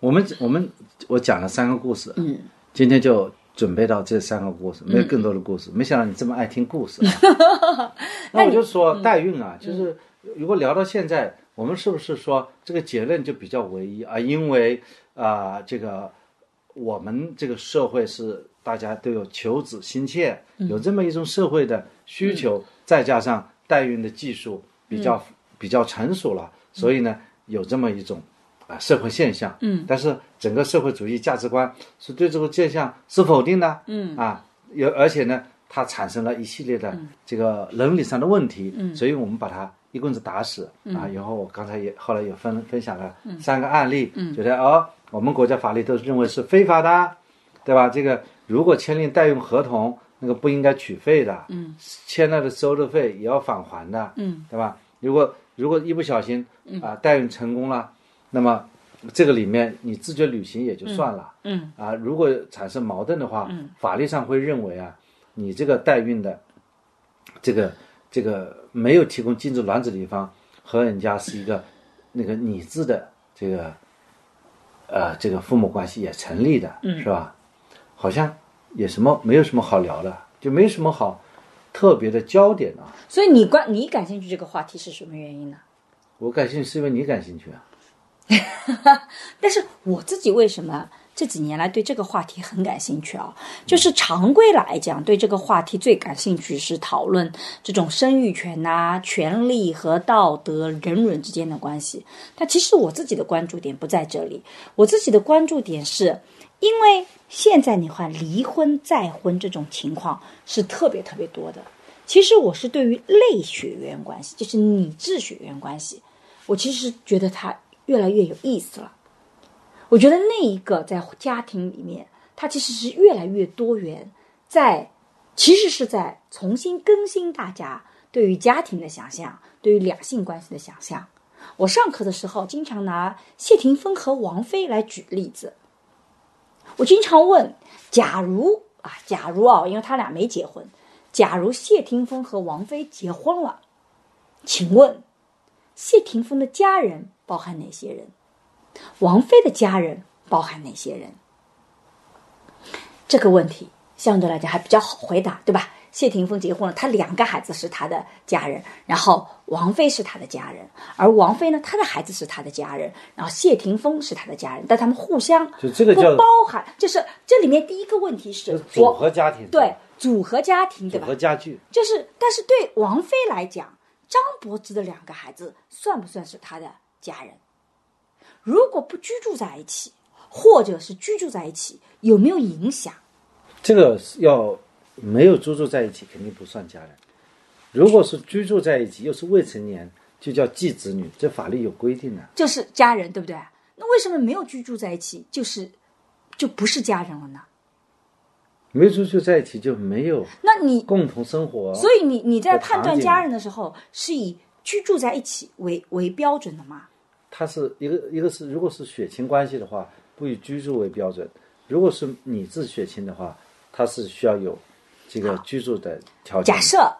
S2: 我们我们我讲了三个故事，
S1: 嗯，
S2: 今天就准备到这三个故事，没有更多的故事。没想到你这么爱听故事、啊，那我就说代孕啊，就是如果聊到现在，我们是不是说这个结论就比较唯一啊？因为啊、这个我们这个社会是大家都有求子心切，有这么一种社会的需求，再加上代孕的技术比较、比较成熟了，所以呢，有这么一种。啊，社会现象，嗯，但是整个社会主义价值观是对这个现象是否定的，嗯啊，有而且呢，它产生了一系列的这个伦理上的问题，嗯，所以我们把它一棍子打死、啊。然后我刚才也后来也分分享了三个案例，嗯，觉得哦，我们国家法律都认为是非法的，对吧？这个如果签订代用合同，那个不应该取费的，嗯，签了的收的费也要返还的，嗯，对吧？如果如果一不小心啊、代孕成功了，那么这个里面你自觉履行也就算了，
S1: 嗯
S2: 啊，如果产生矛盾的话，法律上会认为啊，你这个代孕的，这个这个没有提供精子卵子的一方和人家是一个那个拟制的这个，呃，这个父母关系也成立的，
S1: 嗯
S2: 是吧？好像也什么没有什么好聊的，就没什么好特别的焦点啊。
S1: 所以你关你感兴趣这个话题是什么原因呢？
S2: 我感兴趣是因为你感兴趣啊，
S1: 但是我自己为什么这几年来对这个话题很感兴趣啊？就是常规来讲，对这个话题最感兴趣是讨论这种生育权呐、权利和道德、人伦之间的关系。但其实我自己的关注点不在这里，我自己的关注点是。因为现在你看离婚、再婚这种情况是特别特别多的。其实我是对于类血缘关系，就是拟制血缘关系，我其实觉得它越来越有意思了。我觉得那一个在家庭里面，它其实是越来越多元，在其实是在重新更新大家对于家庭的想象，对于两性关系的想象。我上课的时候经常拿谢霆锋和王菲来举例子，我经常问：假如啊，假如啊，因为他俩没结婚，假如谢霆锋和王菲结婚了，请问谢霆锋的家人包含哪些人？王菲的家人包含哪些人？这个问题相对来讲还比较好回答，对吧？谢霆锋结婚了，他两个孩子是他的家人，然后王菲是他的家人，而王菲呢，她的孩子是他的家人，然后谢霆锋是他的家人，但他们互相
S2: 就这个
S1: 不
S2: 叫
S1: 包含，就是这里面第一个问题是
S2: 就组
S1: 我
S2: 合家庭，
S1: 对组合家庭，对
S2: 组
S1: 吧
S2: 合？家具，
S1: 就是，但是对王菲来讲，张柏芝的两个孩子算不算是她的家人？如果不居住在一起，或者是居住在一起，有没有影响？
S2: 这个是要没有居住在一起，肯定不算家人。如果是居住在一起，又是未成年，就叫继子女，这法律有规定的、
S1: 就是家人，对不对？那为什么没有居住在一起，就是就不是家人了呢？
S2: 没出去在一起就没有
S1: 那你
S2: 共同生活，
S1: 所以你你在
S2: 的
S1: 判断
S2: 场景
S1: 家人的时候，是以居住在一起为为标准的吗？
S2: 它是一个一个是如果是血亲关系的话，不以居住为标准；如果是你自血亲的话，它是需要有这个居住的条件
S1: 假。设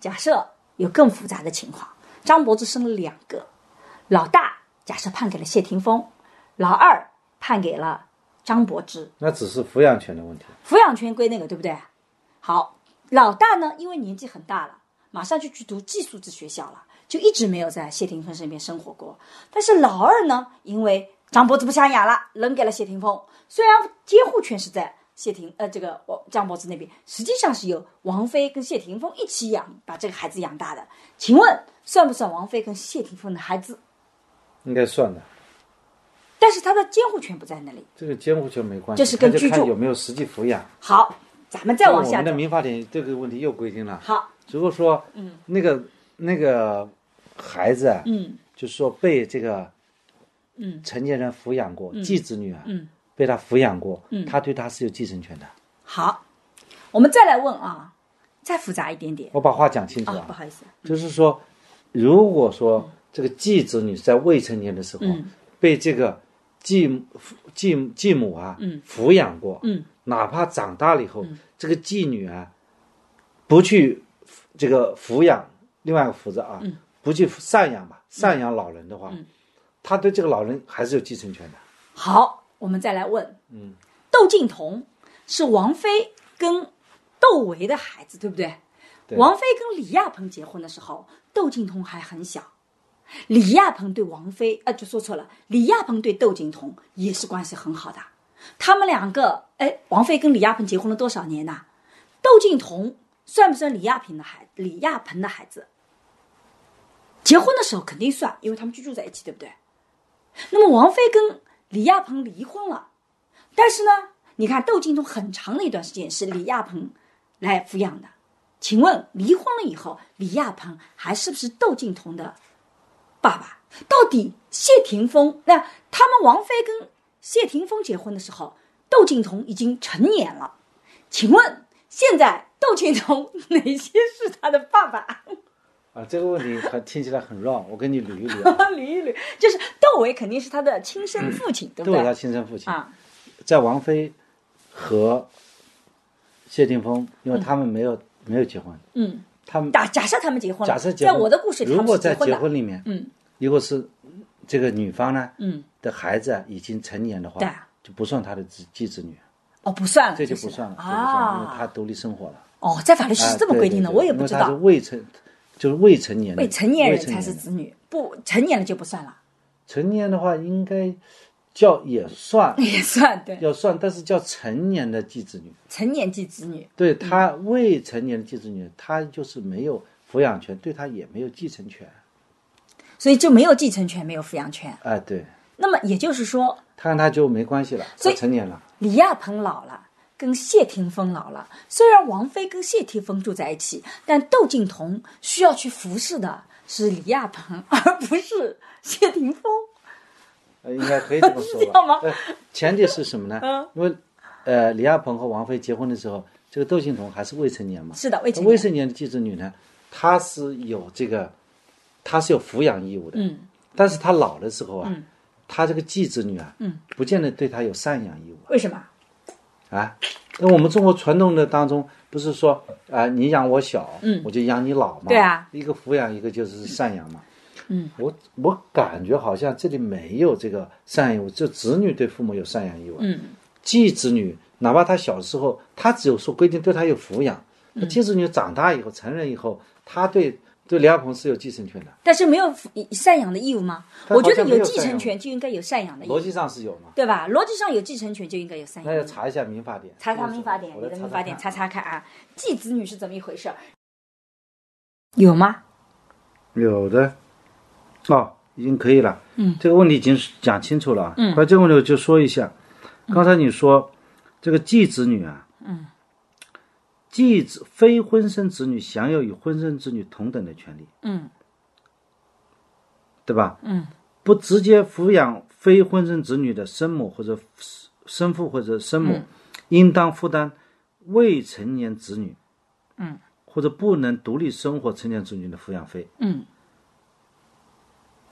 S1: 假设有更复杂的情况，张柏芝生了两个，老大假设判给了谢霆锋，老二判给了张柏芝，
S2: 那只是抚养权的问题。
S1: 抚养权归那个，对不对？好，老大呢，因为年纪很大了，马上就去读寄宿制学校了，就一直没有在谢霆锋身边生活过。但是老二呢，因为张柏芝不想养了，扔给了谢霆锋。虽然监护权是在谢霆呃这个王张柏芝那边，实际上是由王菲跟谢霆锋一起养，把这个孩子养大的。请问算不算王菲跟谢霆锋的孩子？
S2: 应该算的，
S1: 但是他的监护权不在那里。
S2: 这个监护权没关系，
S1: 这是跟
S2: 它就
S1: 居
S2: 看
S1: 住
S2: 有没有实际抚养。
S1: 好，咱们再往
S2: 那我
S1: 下
S2: 们的
S1: 走。
S2: 民法典这个问题又规定了，
S1: 好，
S2: 如果说，嗯，那个那个孩子，啊
S1: 嗯，
S2: 就是说被这个，
S1: 嗯，
S2: 成年人抚养过，继子女啊，
S1: 嗯，
S2: 被他抚养过，嗯，他对他是有继承权的。
S1: 好，我们再来问啊，再复杂一点点
S2: 我把话讲清楚
S1: 啊，不
S2: 啊，
S1: 好意思，
S2: 就是说，如果说这个继子女在未成年的时候
S1: 嗯
S2: 被这个继母继继母啊，
S1: 嗯
S2: 抚养过，
S1: 嗯，
S2: 哪怕长大了以后，这个妓女啊，不去这个抚养另外一个福子啊，
S1: 嗯
S2: 不去赡养吧，赡养老人的话，他对这个老人还是有继承权的。
S1: 好，我们再来问，嗯，窦靖童是王菲跟窦唯的孩子，对不对？
S2: 对
S1: 王菲跟李亚鹏结婚的时候，窦靖童还很小。李亚鹏对王菲，啊，就说错了，李亚鹏对窦靖童也是关系很好的。他们两个，哎，王菲跟李亚鹏结婚了多少年呐、窦靖童算不算李亚平的孩李亚鹏的孩子？结婚的时候肯定算，因为他们居住在一起，对不对？那么王菲跟李亚鹏离婚了，但是呢，你看窦靖童很长的一段时间是李亚鹏来抚养的。请问离婚了以后，李亚鹏还是不是窦靖童的爸爸？到底谢霆锋那他们王菲跟谢霆锋结婚的时候，窦靖童已经成年了，请问现在窦靖童哪些是他的爸爸？
S2: 啊，这个问题很听起来很绕，我跟你捋一
S1: *laughs*
S2: 捋、啊。
S1: 捋一捋，就是窦唯肯定是他的亲生父亲，对不
S2: 都有他
S1: 对？
S2: 亲生父亲，
S1: 啊，
S2: 在王菲和谢霆锋，因为他们没有、没有结婚，
S1: 嗯。
S2: 他们
S1: 打假设他们结婚了，
S2: 假设结婚，
S1: 在我的故事里，
S2: 如果在
S1: 他们是结
S2: 结
S1: 婚的，
S2: 婚里面，
S1: 嗯
S2: 如果是这个女方呢，
S1: 嗯，
S2: 的孩子啊已经成年的话，
S1: 对啊
S2: 就不算他的继继子女，
S1: 哦，不算了，
S2: 这就
S1: 就是
S2: 不算了，这就不算了，因为他
S1: 啊。
S2: 独立生活了。
S1: 哦，在法律是
S2: 哎
S1: 这么
S2: 对
S1: 规
S2: 对
S1: 定的，
S2: 对
S1: 我也不知
S2: 因为
S1: 道
S2: 他是。未成，就是未成年的，
S1: 未成年人
S2: 未
S1: 才是
S2: 的
S1: 子女，不成年了就不算了，
S2: 成年的话应该叫也算
S1: *laughs* 也算对。
S2: 要算，但是叫成年的继子女，
S1: 成年即子女，
S2: 对他未成年的继子女，他就是没有抚养权，对他也没有继承权。
S1: 所以就没有继承权，没有抚养权。
S2: 哎，对
S1: 那么也就是说，
S2: 他跟他就没关系了，
S1: 所
S2: 他
S1: 以
S2: 成年
S1: *laughs*
S2: 了。
S1: 李亚鹏老了，跟谢霆锋老了。虽然王菲跟谢霆锋住在一起，但窦靖童需要去服侍的是李亚鹏，而不是谢霆锋。
S2: 呃，应该可以这么说
S1: 是这样吗
S2: 吧。呃前提是什么呢？
S1: 嗯
S2: 因为呃，李亚鹏和王菲结婚的时候，这个窦靖童还是未成年嘛。
S1: 是的，未成
S2: 未
S1: 年。
S2: 成年的继子女呢，她是有这个，她是有抚养义务的。
S1: 嗯，
S2: 但是她老的时候啊
S1: 嗯，
S2: 她、这个继子女啊，
S1: 嗯，
S2: 不见得对她有赡养义务
S1: 为什么？
S2: 啊。那我们中国传统的当中，不是说啊、你养我小，
S1: 嗯
S2: 我就养你老嘛。
S1: 对啊，
S2: 一个抚养，一个就是赡养嘛。
S1: 嗯，
S2: 我我感觉好像这里没有这个赡养义务，就子女对父母有赡养义务。啊
S1: 嗯，
S2: 继子女，哪怕他小时候，他只有说规定对他有抚养，
S1: 嗯
S2: 那继子女长大以后、成人以后，他对对李亚鹏是有继承权的，
S1: 但是没有抚赡养的义务吗？
S2: 他
S1: 我觉
S2: 好
S1: 得
S2: 像没有
S1: 继
S2: 赡
S1: 承
S2: 养
S1: 权就应该有赡养的义
S2: 逻
S1: 务，
S2: 辑上是有嘛？
S1: 对吧？逻辑上有继承权就应该有赡养
S2: 那要
S1: 的义务。
S2: 查一下民法典，
S1: 查查民法典，
S2: 我
S1: 你
S2: 来
S1: 的
S2: 查
S1: 民法典查查
S2: 看
S1: 看啊，继子女是怎么一回事儿？有吗？
S2: 有的，哦，已经可以了。
S1: 嗯，
S2: 这个问题已经讲清楚了啊。
S1: 嗯
S2: 关于这个问题我就说一下，刚才你说这个继子女啊，嗯，继子非婚生子女享有与婚生子女同等的权利，
S1: 嗯
S2: 对吧？
S1: 嗯，
S2: 不直接抚养非
S1: 嗯
S2: 婚生子女的生母或者生父或者生母，应当负担未成年子女，
S1: 嗯，
S2: 或者不能独立生活成年子女的抚养费，
S1: 嗯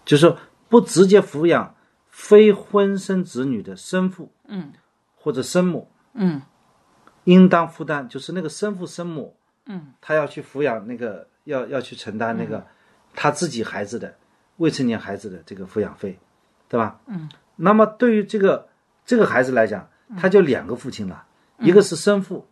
S2: 就是说不直接抚养非婚生子女的生父
S1: 嗯
S2: 或者生母，
S1: 嗯
S2: 应当负担，就是那个生父生母，
S1: 嗯，
S2: 他要去抚养那个，要要去承担那个、他自己孩子的未成年孩子的这个抚养费，对吧？嗯。那么对于这个这个孩子来讲，
S1: 嗯
S2: 他就两个父亲了，一个是生父，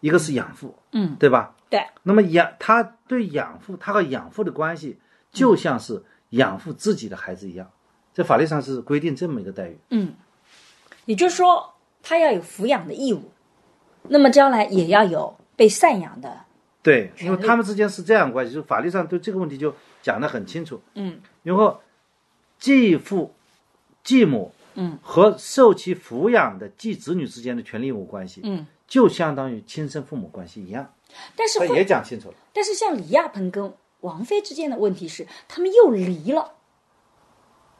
S2: 一个是养父，
S1: 嗯，
S2: 对吧？
S1: 对。
S2: 那么养他对养父，他和养父的关系就像是养父自己的孩子一样，在法律上是规定这么一个待遇。
S1: 嗯也就是说，他要有抚养的义务，那么将来也要有被赡养的。
S2: 对，因为他们之间是这样的关系，就是法律上对这个问题就讲得很清楚。
S1: 嗯，
S2: 然后继父、继母，
S1: 嗯，
S2: 和受其抚养的继子女之间的权利义务关系，
S1: 嗯，
S2: 就相当于亲生父母关系一样，
S1: 但是
S2: 他
S1: 会，
S2: 也
S1: *laughs*
S2: 讲清楚了。
S1: 但是像李亚鹏跟王菲之间的问题是，他们又离了。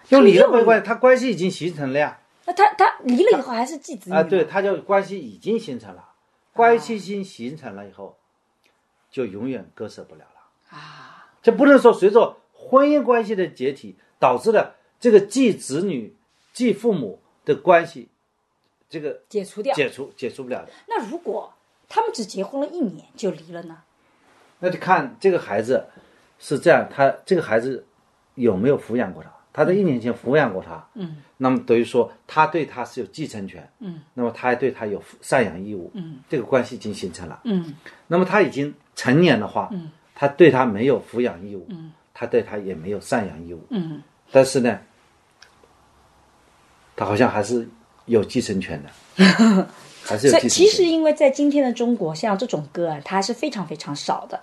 S2: 就离了
S1: 又
S2: 没关系，他关系已经形成了呀。
S1: 那他他离了以后还是继子女吗
S2: 啊，对，他就关系已经形成了，关系已经形成了以后，就永远割舍不了了。
S1: 啊，
S2: 这不能说随着婚姻关系的解体导致了这个继子女、继父母的关系，这个
S1: 解除掉。
S2: 解除解除不了的。
S1: 那如果他们只结婚了一年就离了呢？
S2: 那就看这个孩子是这样，他这个孩子有没有抚养过他？他在一年前抚养过他，
S1: 嗯，
S2: 那么等于说他对他是有继承权，
S1: 嗯，
S2: 那么他还对他有赡养义务，
S1: 嗯，
S2: 这个关系已经形成了。
S1: 嗯
S2: 那么他已经成年的话，
S1: 嗯，
S2: 他对他没有抚养义务，
S1: 嗯，
S2: 他对他也没有赡养义务，
S1: 嗯
S2: 但是呢，他好像还是有继承权的，
S1: *laughs*
S2: 还是
S1: 所以
S2: 有继承权。
S1: 其实因为在今天的中国，像这种个案，它还是非常非常少的，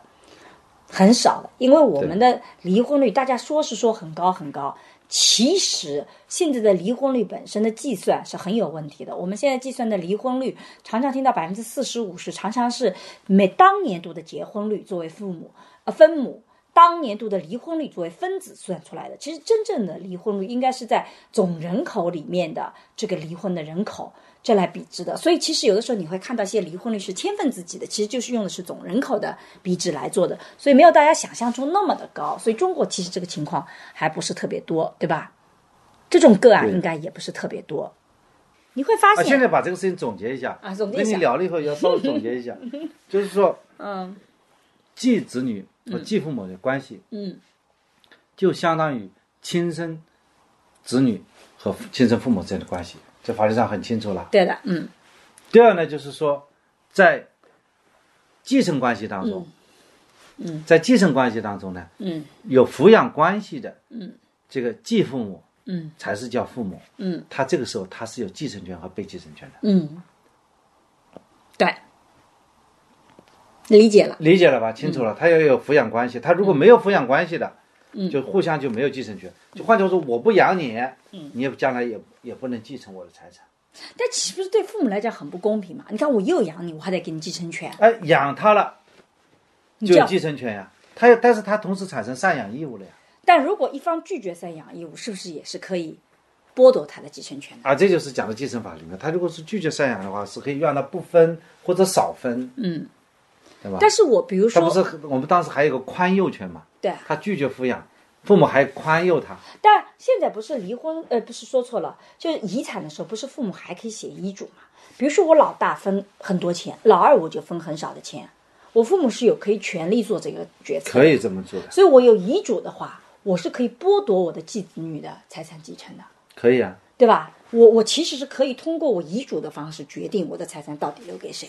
S1: 很少的。因为我们的离婚率，大家说是说很高很高，其实现在的离婚率本身的计算是很有问题的。我们现在计算的离婚率，常常听到百分之四十五十，常常是每当年度的结婚率作为父母呃分母。当年度的离婚率作为分子算出来的，其实真正的离婚率应该是在总人口里面的这个离婚的人口，这来比值的。所以其实有的时候你会看到一些离婚率是千分之几的，其实就是用的是总人口的比值来做的，所以没有大家想象中那么的高。所以中国其实这个情况还不是特别多，对吧？这种个案应该也不是特别多。你会发
S2: 啊，现
S1: 现，
S2: 在把这个事情总结一下
S1: 啊总结一
S2: 跟
S1: 下
S2: 你聊了以后要稍微总结
S1: *laughs*
S2: 一下，就是说
S1: 嗯
S2: 继子女和继父母的关系
S1: 嗯
S2: 就相当于亲生子女和亲生父母之间的关系，这法律上很清楚了。
S1: 对的，嗯
S2: 第二呢，就是说在继承关系当中，
S1: 嗯嗯
S2: 在继承关系当中呢，
S1: 嗯
S2: 有抚养关系的，
S1: 嗯，
S2: 这个继父母
S1: 嗯
S2: 才是叫父母，
S1: 嗯
S2: 他这个时候他是有继承权和被继承权的，
S1: 嗯，对，理解了。
S2: 理解了吧？清楚了，他要有抚养关系，他如果没有抚养关系的，
S1: 嗯
S2: 就互相就没有继承权。就换句话说，我不养你，
S1: 嗯
S2: 你也将来也也不能继承我的财产。
S1: 但岂不是对父母来讲很不公平嘛？你看我又养你，我还得给你继承权，
S2: 哎，养他了
S1: 你
S2: 就
S1: 这
S2: 有
S1: 样
S2: 继承权呀，他要，但是他同时产生赡养义务了呀。
S1: 但如果一方拒绝赡养义务，是不是也是可以剥夺他的继承权的？
S2: 啊，这就是讲的继承法里面，他如果是拒绝赡养的话，是可以让他不分或者少分，
S1: 嗯，
S2: 对吧？
S1: 但是我比如
S2: 他不
S1: 说，
S2: 是我们当时还有个宽宥权嘛？
S1: 对啊，
S2: 他拒绝抚养，父母还宽宥他。
S1: 但现在不是离婚，呃，不是说错了，就是遗产的时候，不是父母还可以写遗嘱嘛？比如说我老大分很多钱，老二我就分很少的钱，我父母是有可以权利做这个决策，
S2: 可以，这么做的，
S1: 所以我有遗嘱的话，我是可以剥夺我的继子女的财产继承的。
S2: 可以啊，
S1: 对吧？我我其实是可以通过我遗嘱的方式决定我的财产到底留给谁。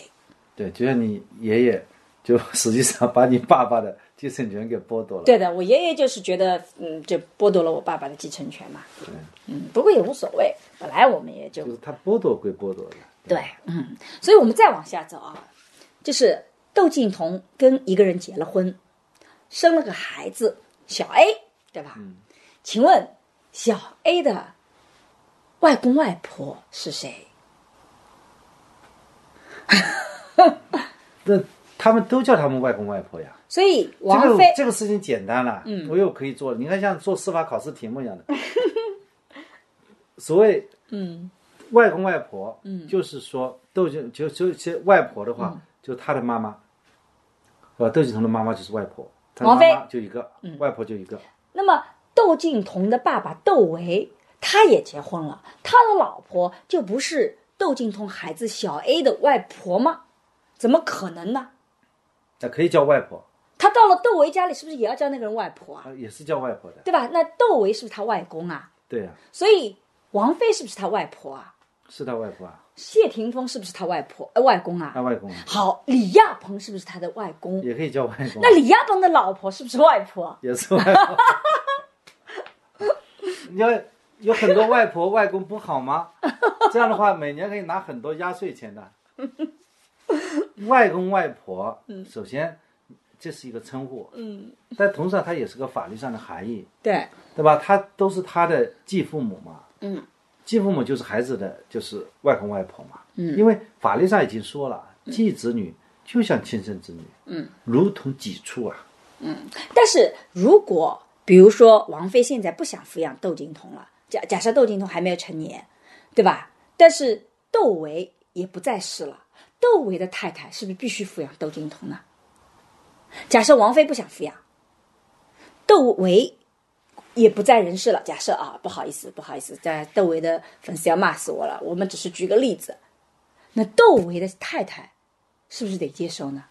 S2: 对，就像你爷爷，就 *laughs* 实际上把你爸爸的继承权给剥夺了。
S1: 对的，我爷爷就是觉得，嗯，就剥夺了我爸爸的继承权嘛。嗯，不过也无所谓，本来我们也就
S2: 就是他剥夺归剥夺的，
S1: 对，嗯，所以我们再往下走啊，就是窦靖童跟一个人结了婚，生了个孩子小 A，对吧？
S2: 嗯
S1: 请问小 A 的外公外婆是谁？
S2: 那他们都叫他们外公外婆呀。
S1: 所以
S2: 这
S1: 王
S2: 个
S1: 菲、
S2: 这个事情简单了，嗯我又可以做了。你看，像做司法考试题目
S1: *laughs*
S2: 一样的，所谓
S1: 嗯
S2: 外公外婆，
S1: 嗯嗯
S2: 就是说窦靖就就其实外婆的话，就是他的妈妈，呃，窦靖童的妈妈就是外婆，他的
S1: 王
S2: 妈
S1: 菲嗯
S2: 妈就一个，外婆就一个，
S1: 那么窦靖童的爸爸窦唯，他也结婚了，他的老婆就不是窦靖童孩子小 A 的外婆吗？怎么可能呢？
S2: 那可以叫外婆，
S1: 他到了窦唯家里，是不是也要叫那个人外婆啊？
S2: 啊，也是叫外婆的，
S1: 对吧？那窦唯是不是他外公啊？
S2: 对呀、
S1: 所以王菲是不是他外婆啊？
S2: 是他外婆啊，
S1: 谢霆锋是不是他外婆、呃、外公
S2: 他
S1: 啊？
S2: 外公
S1: 好，李亚鹏是不是他的外公？
S2: 也可以叫外公，啊
S1: 那李亚鹏的老婆是不是外婆？
S2: 也是外婆。你要有很多外婆外公不好吗？这样的话，每年可以拿很多压岁钱的。外公外婆，首先这是一个称呼，
S1: 嗯，
S2: 但同时上它也是个法律上的含义，
S1: 对，
S2: 对吧？他都是他的继父母嘛，
S1: 嗯，
S2: 继父母就是孩子的，就是外公外婆嘛，
S1: 嗯
S2: 因为法律上已经说了，继子女就像亲生子女，
S1: 嗯，
S2: 如同己出啊，
S1: 但是如果比如说王菲现在不想抚养窦靖童了，假假设窦靖童还没有成年，对吧？但是窦唯也不在世了，窦唯的太太是不是必须抚养窦靖童呢？假设王菲不想抚养，窦唯也不在人世了。假设啊，不好意思，不好意思，在窦唯的粉丝要骂死我了。我们只是举个例子。那窦唯的太太是不是得接收呢？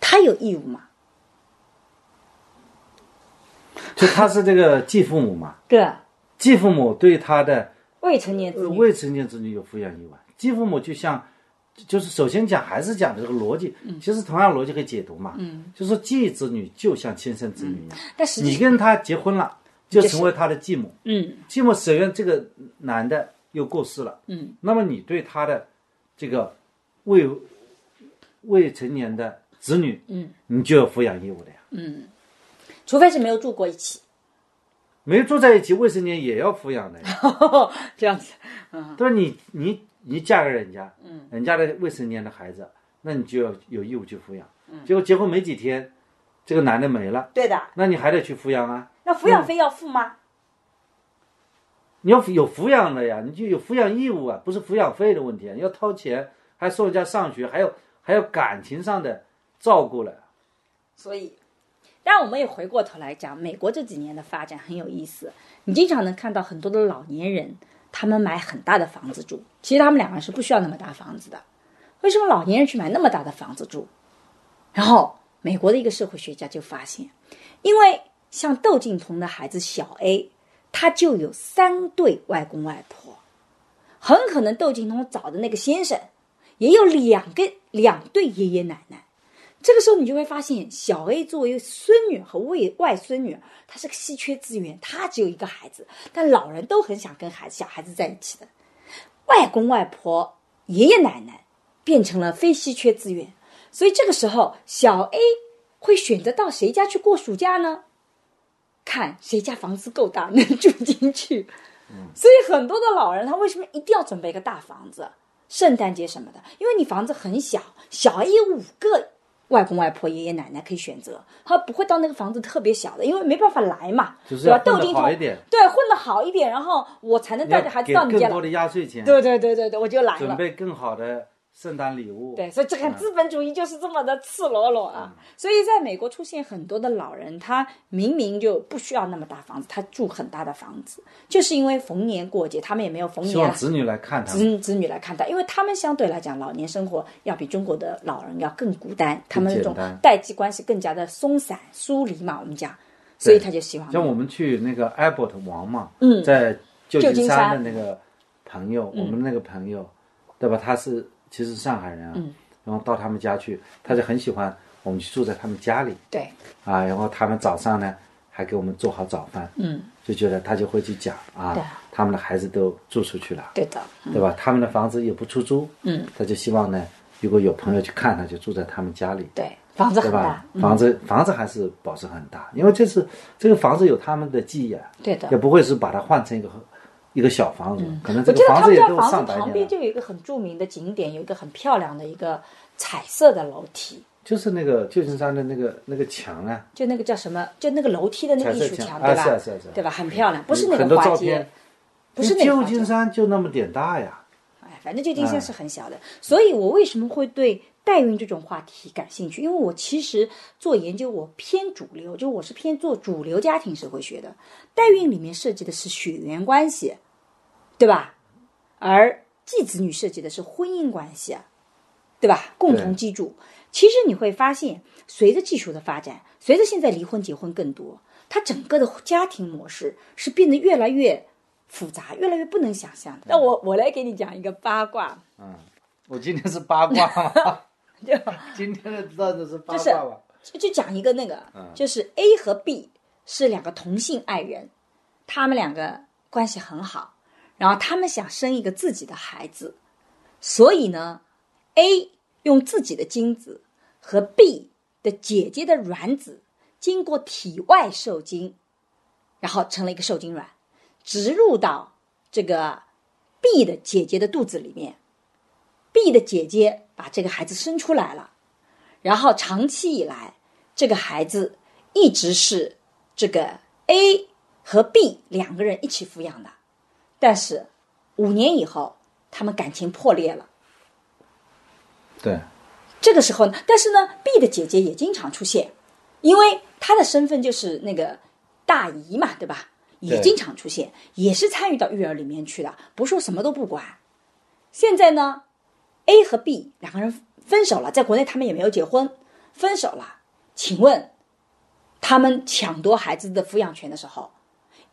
S1: 她有义务吗？
S2: 就他是这个继父母嘛，
S1: 对，
S2: 继父母对他的
S1: 未成年子
S2: 呃
S1: 女
S2: 未成年子女有抚养义务啊，继父母就像。就是首先讲，还是讲这个逻辑，
S1: 嗯
S2: 其实同样逻辑可以解读嘛，嗯，就说继子女就像亲生子女一样，
S1: 但实际
S2: 你跟他结婚了，
S1: 嗯
S2: 就
S1: 就是
S2: 成为他的继母，
S1: 嗯
S2: 寂寞首先这个男的又过世了，
S1: 嗯，
S2: 那么你对他的这个未未成年的子女，
S1: 嗯，
S2: 你就有抚养义务的呀。
S1: 嗯，除非是没有住过一起， *laughs*
S2: 没住在一起，未成年也要抚养的
S1: *laughs*
S2: 呀。
S1: 这样子
S2: 对吧？你你你嫁给人家，嗯，人家的未成年的孩子，那你就要有义务去抚养。
S1: 嗯
S2: 结果结婚没几天，这个男的没了，
S1: 对的。
S2: 那你还得去抚养啊。
S1: 那抚养费要付吗？
S2: 你要有抚养的呀，你就有抚养义务啊，不是抚养费的问题啊，你要掏钱，还送人家上学，还有还有感情上的照顾了。
S1: 所以，但我们也回过头来讲，美国这几年的发展很有意思。你经常能看到很多的老年人，他们买很大的房子住，其实他们两个人是不需要那么大房子的。为什么老年人去买那么大的房子住？然后，美国的一个社会学家就发现，因为像窦靖童的孩子小 A，他就有三对外公外婆，很可能窦靖童找的那个先生也有两个两对爷爷奶奶。这个时候你就会发现，小 A 作为孙女和外外孙女，她是个稀缺资源，她只有一个孩子，但老人都很想跟孩子小孩子在一起的。外公外婆、爷爷奶奶变成了非稀缺资源，所以这个时候小 A 会选择到谁家去过暑假呢？看谁家房子够大，能住进去。所以很多的老人他为什么一定要准备一个大房子？圣诞节什么的，因为你房子很小，小 A 有五个外公外婆、爷爷奶奶可以选择，他不会到那个房子特别小的，因为没办法来嘛，
S2: 就是
S1: 对吧
S2: 要？
S1: 窦
S2: 混
S1: 靖
S2: 得好
S1: 童
S2: 一点，
S1: 对，混得好一点，然后我才能
S2: 你要
S1: 带着孩子
S2: 给
S1: 到你
S2: 更
S1: 家来
S2: 多。的压岁钱，
S1: 对对对对对，我就来
S2: 准
S1: 了。
S2: 备更好的圣诞礼物。
S1: 对，所以这个资本主义就是这么的赤裸裸啊！
S2: 嗯
S1: 所以在美国出现很多的老人，他明明就不需要那么大房子，他住很大的房子，就是因为逢年过节他们也没有逢
S2: 希
S1: 年
S2: 望
S1: 啊
S2: 子女来看他们，
S1: 子子女来看待，因为他们相对来讲，老年生活要比中国的老人要更孤单，他们那种
S2: 简单
S1: 代际关系更加的松散疏离嘛，我们讲，所以他就希望
S2: 像我们去那个 Abbott 王嘛，
S1: 嗯
S2: 在旧
S1: 旧
S2: 金
S1: 金
S2: 山
S1: 山
S2: 的那个朋友，我们那个朋友，对吧？他是其实是上海人啊，
S1: 嗯
S2: 然后到他们家去，他就很喜欢我们去住在他们家里
S1: 对，
S2: 啊，然后他们早上呢还给我们做好早饭，
S1: 嗯，
S2: 就觉得他就会去讲啊
S1: 对啊，
S2: 他们的孩子都住出去了，
S1: 对的，
S2: 对吧？他们的房子也不出租，
S1: 嗯，
S2: 他就希望呢，如果有朋友去看他，就住在他们家里，
S1: 对，房子
S2: 对
S1: 很大嗯
S2: 吧，？房子房子还是保持很大，因为这是这个房子有他们的记忆啊，
S1: 对的嗯
S2: 也。不会是把它换成一个一个小房子，可能
S1: 我
S2: 这
S1: 记
S2: 个
S1: 得他
S2: 子
S1: 们
S2: 也
S1: 家
S2: 都有
S1: 房
S2: 上
S1: 子
S2: 百
S1: 旁
S2: 年
S1: 边
S2: 了，
S1: 就有一个很著名的景点，有一个很漂亮的一个彩色的楼梯，
S2: 就是那个旧金山的那个那个墙啊，
S1: 就那个叫什么？就那个楼梯的那个
S2: 彩色
S1: 艺术
S2: 墙
S1: 对
S2: 啊
S1: 吧？
S2: 是啊是啊是啊
S1: 对吧？很漂亮，不是那
S2: 很
S1: 个
S2: 多
S1: 花
S2: 照
S1: 街
S2: 片，，
S1: 不是那个
S2: 旧
S1: 花
S2: 金
S1: 街。
S2: 山就那么点大呀，嗯
S1: 哎，反正旧金山是很小的，所以我为什么会对代孕这种话题感兴趣，因为我其实做研究，我偏主流，就我是偏做主流家庭社会学的。代孕里面涉及的是血缘关系，对吧？而继子女涉及的是婚姻关系啊，对吧？共同居住。其实你会发现，随着技术的发展，随着现在离婚结婚更多，它整个的家庭模式是变得越来越复杂，越来越不能想象的。那我我来给你讲一个八卦，
S2: 我今天是八卦吗？
S1: *laughs* 就
S2: *laughs* 今天的到底是八
S1: 就是
S2: 卦吧？
S1: 就就讲一个那个，就是 A 和 B 是两个同性爱人，他们两个关系很好，然后他们想生一个自己的孩子，所以呢，A 用自己的精子和 B 的姐姐的卵子经过体外受精，然后成了一个受精卵，植入到这个 B 的姐姐的肚子里面，B 的姐姐把这个孩子生出来了。然后长期以来，这个孩子一直是这个 A 和 B 两个人一起抚养的，但是五年以后，他们感情破裂了。
S2: 对，
S1: 这个时候呢，但是呢，B 的姐姐也经常出现，因为她的身份就是那个大姨嘛，对吧？也
S2: 对
S1: 经常出现，也是参与到育儿里面去的，不是说什么都不管。现在呢，A 和 B 两个人分手了，在国内他们也没有结婚，分手了。请问，他们抢夺孩子的抚养权的时候，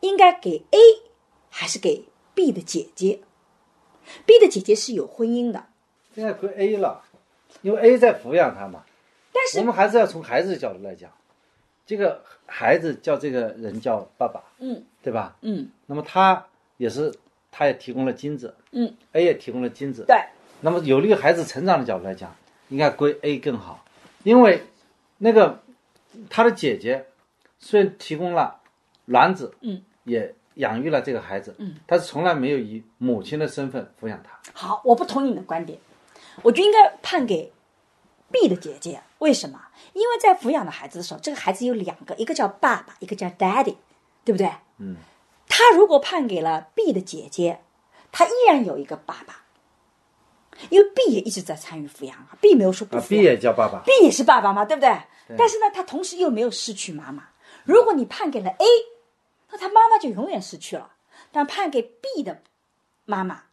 S1: 应该给 A 还是给 B 的姐姐？B 的姐姐是有婚姻的，
S2: 现在归 A 了，因为 A 在抚养他嘛。
S1: 但是
S2: 我们还是要从孩子的角度来讲，这个孩子叫这个人叫爸爸，
S1: 嗯
S2: 对吧？
S1: 嗯
S2: 那么他也是，他也提供了精子
S1: 嗯，
S2: ，A 也提供了精子。
S1: 对，
S2: 那么有利于孩子成长的角度来讲，应该归 A 更好，因为那个他的姐姐虽然提供了卵子，
S1: 嗯，
S2: 也养育了这个孩子，
S1: 嗯，
S2: 但是从来没有以母亲的身份抚养他。
S1: 好，我不同意你的观点，我就应该判给 B 的姐姐。为什么？因为在抚养的孩子的时候，这个孩子有两个，一个叫爸爸，一个叫 daddy，对不对？
S2: 嗯，
S1: 他如果判给了 B 的姐姐，他依然有一个爸爸，因为 B 也一直在参与抚养啊，B 没有说不
S2: 啊
S1: 抚
S2: ，B
S1: 养、
S2: 也叫爸爸，
S1: ，B 也是爸爸嘛，对不对？但是呢，他同时又没有失去妈妈。如果你判给了 A，那他妈妈就永远失去了；但判给 B 的妈妈，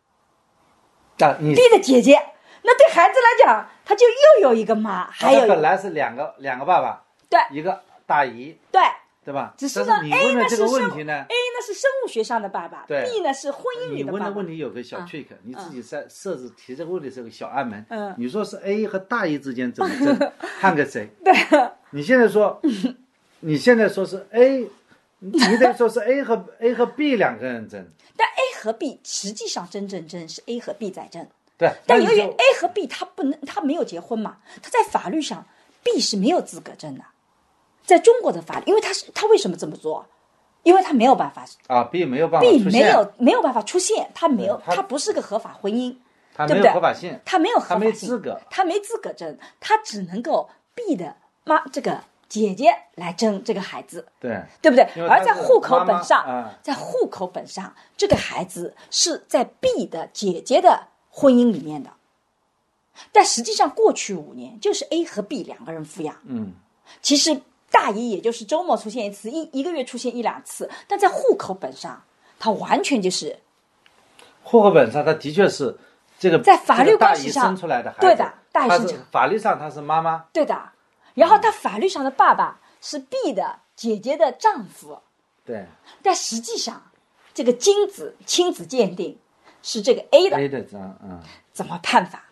S2: 但你
S1: B 的姐姐，那对孩子来讲，他就又有一个妈，还有
S2: 他
S1: 一
S2: 本
S1: 个
S2: 啊来是两个两个爸爸，
S1: 对
S2: 一个大姨，
S1: 对。
S2: 对吧？
S1: 只是呢
S2: 但是你
S1: ，A
S2: 问
S1: 呢
S2: 的这
S1: 是
S2: 个
S1: 生
S2: 问题呢
S1: A 呢是生物学上的爸爸
S2: 对
S1: ，B 呢是婚姻里
S2: 你
S1: 的
S2: 问
S1: 爸
S2: 的
S1: 爸
S2: 问。题有个小
S1: 啊
S2: trick，、你自
S1: 嗯
S2: 己在设置提这个问题是个小暗门。
S1: 嗯
S2: 你说是 A 和大 A 之间怎么
S1: *laughs*
S2: 争，判给谁？对， *laughs* 你现在说，你现在说是 A，你你得说是 A 和 A 和 B 两个人争，
S1: 但 A 和 B 实际上真正争是 A 和 B 在争，
S2: 对。
S1: 但
S2: 那
S1: 由
S2: 你
S1: 于
S2: 就
S1: A 和 B 他不能，他没有结婚嘛，他在法律上 B 是没有资格争的，在中国的法律，因为他是他为什么这么做？因为他没有办法
S2: 啊 B 没有办法
S1: ，B
S2: 出
S1: 没
S2: 现，
S1: 有没有办法出现，他没有，
S2: 对他
S1: 他不是个合法婚姻。
S2: 他
S1: 对
S2: 没
S1: 不
S2: 有
S1: 对
S2: 合法性，
S1: 他没有合法
S2: 他
S1: 性，
S2: 没资格，
S1: 他没资格争，他只能够 B 的妈这个姐姐来争这个孩子，
S2: 对
S1: 对不对
S2: 因？为他
S1: 而在
S2: 是
S1: 户口
S2: 妈
S1: 本
S2: 妈
S1: 上，
S2: 嗯
S1: 在户口本上，这个孩子是在 B 的姐姐的婚姻里面的，但实际上过去五年就是 A 和 B 两个人抚养，
S2: 嗯，
S1: 其实大姨也就是周末出现一次，一一个月出现一两次，但在户口本上，他完全就是
S2: 户口本上他的确是这个
S1: 在法律
S2: 这个大
S1: 关系
S2: 姨
S1: 上
S2: 生出来的孩子，
S1: 对的大姨
S2: 他
S1: 生
S2: 是
S1: 产
S2: 法律上他是妈妈，
S1: 对的。然后他法律上的爸
S2: 嗯
S1: 爸是 B 的姐姐的丈夫，
S2: 对
S1: 但实际上，这个精子亲子鉴定是这个 A 的
S2: A 的这样，嗯，
S1: 怎么判法？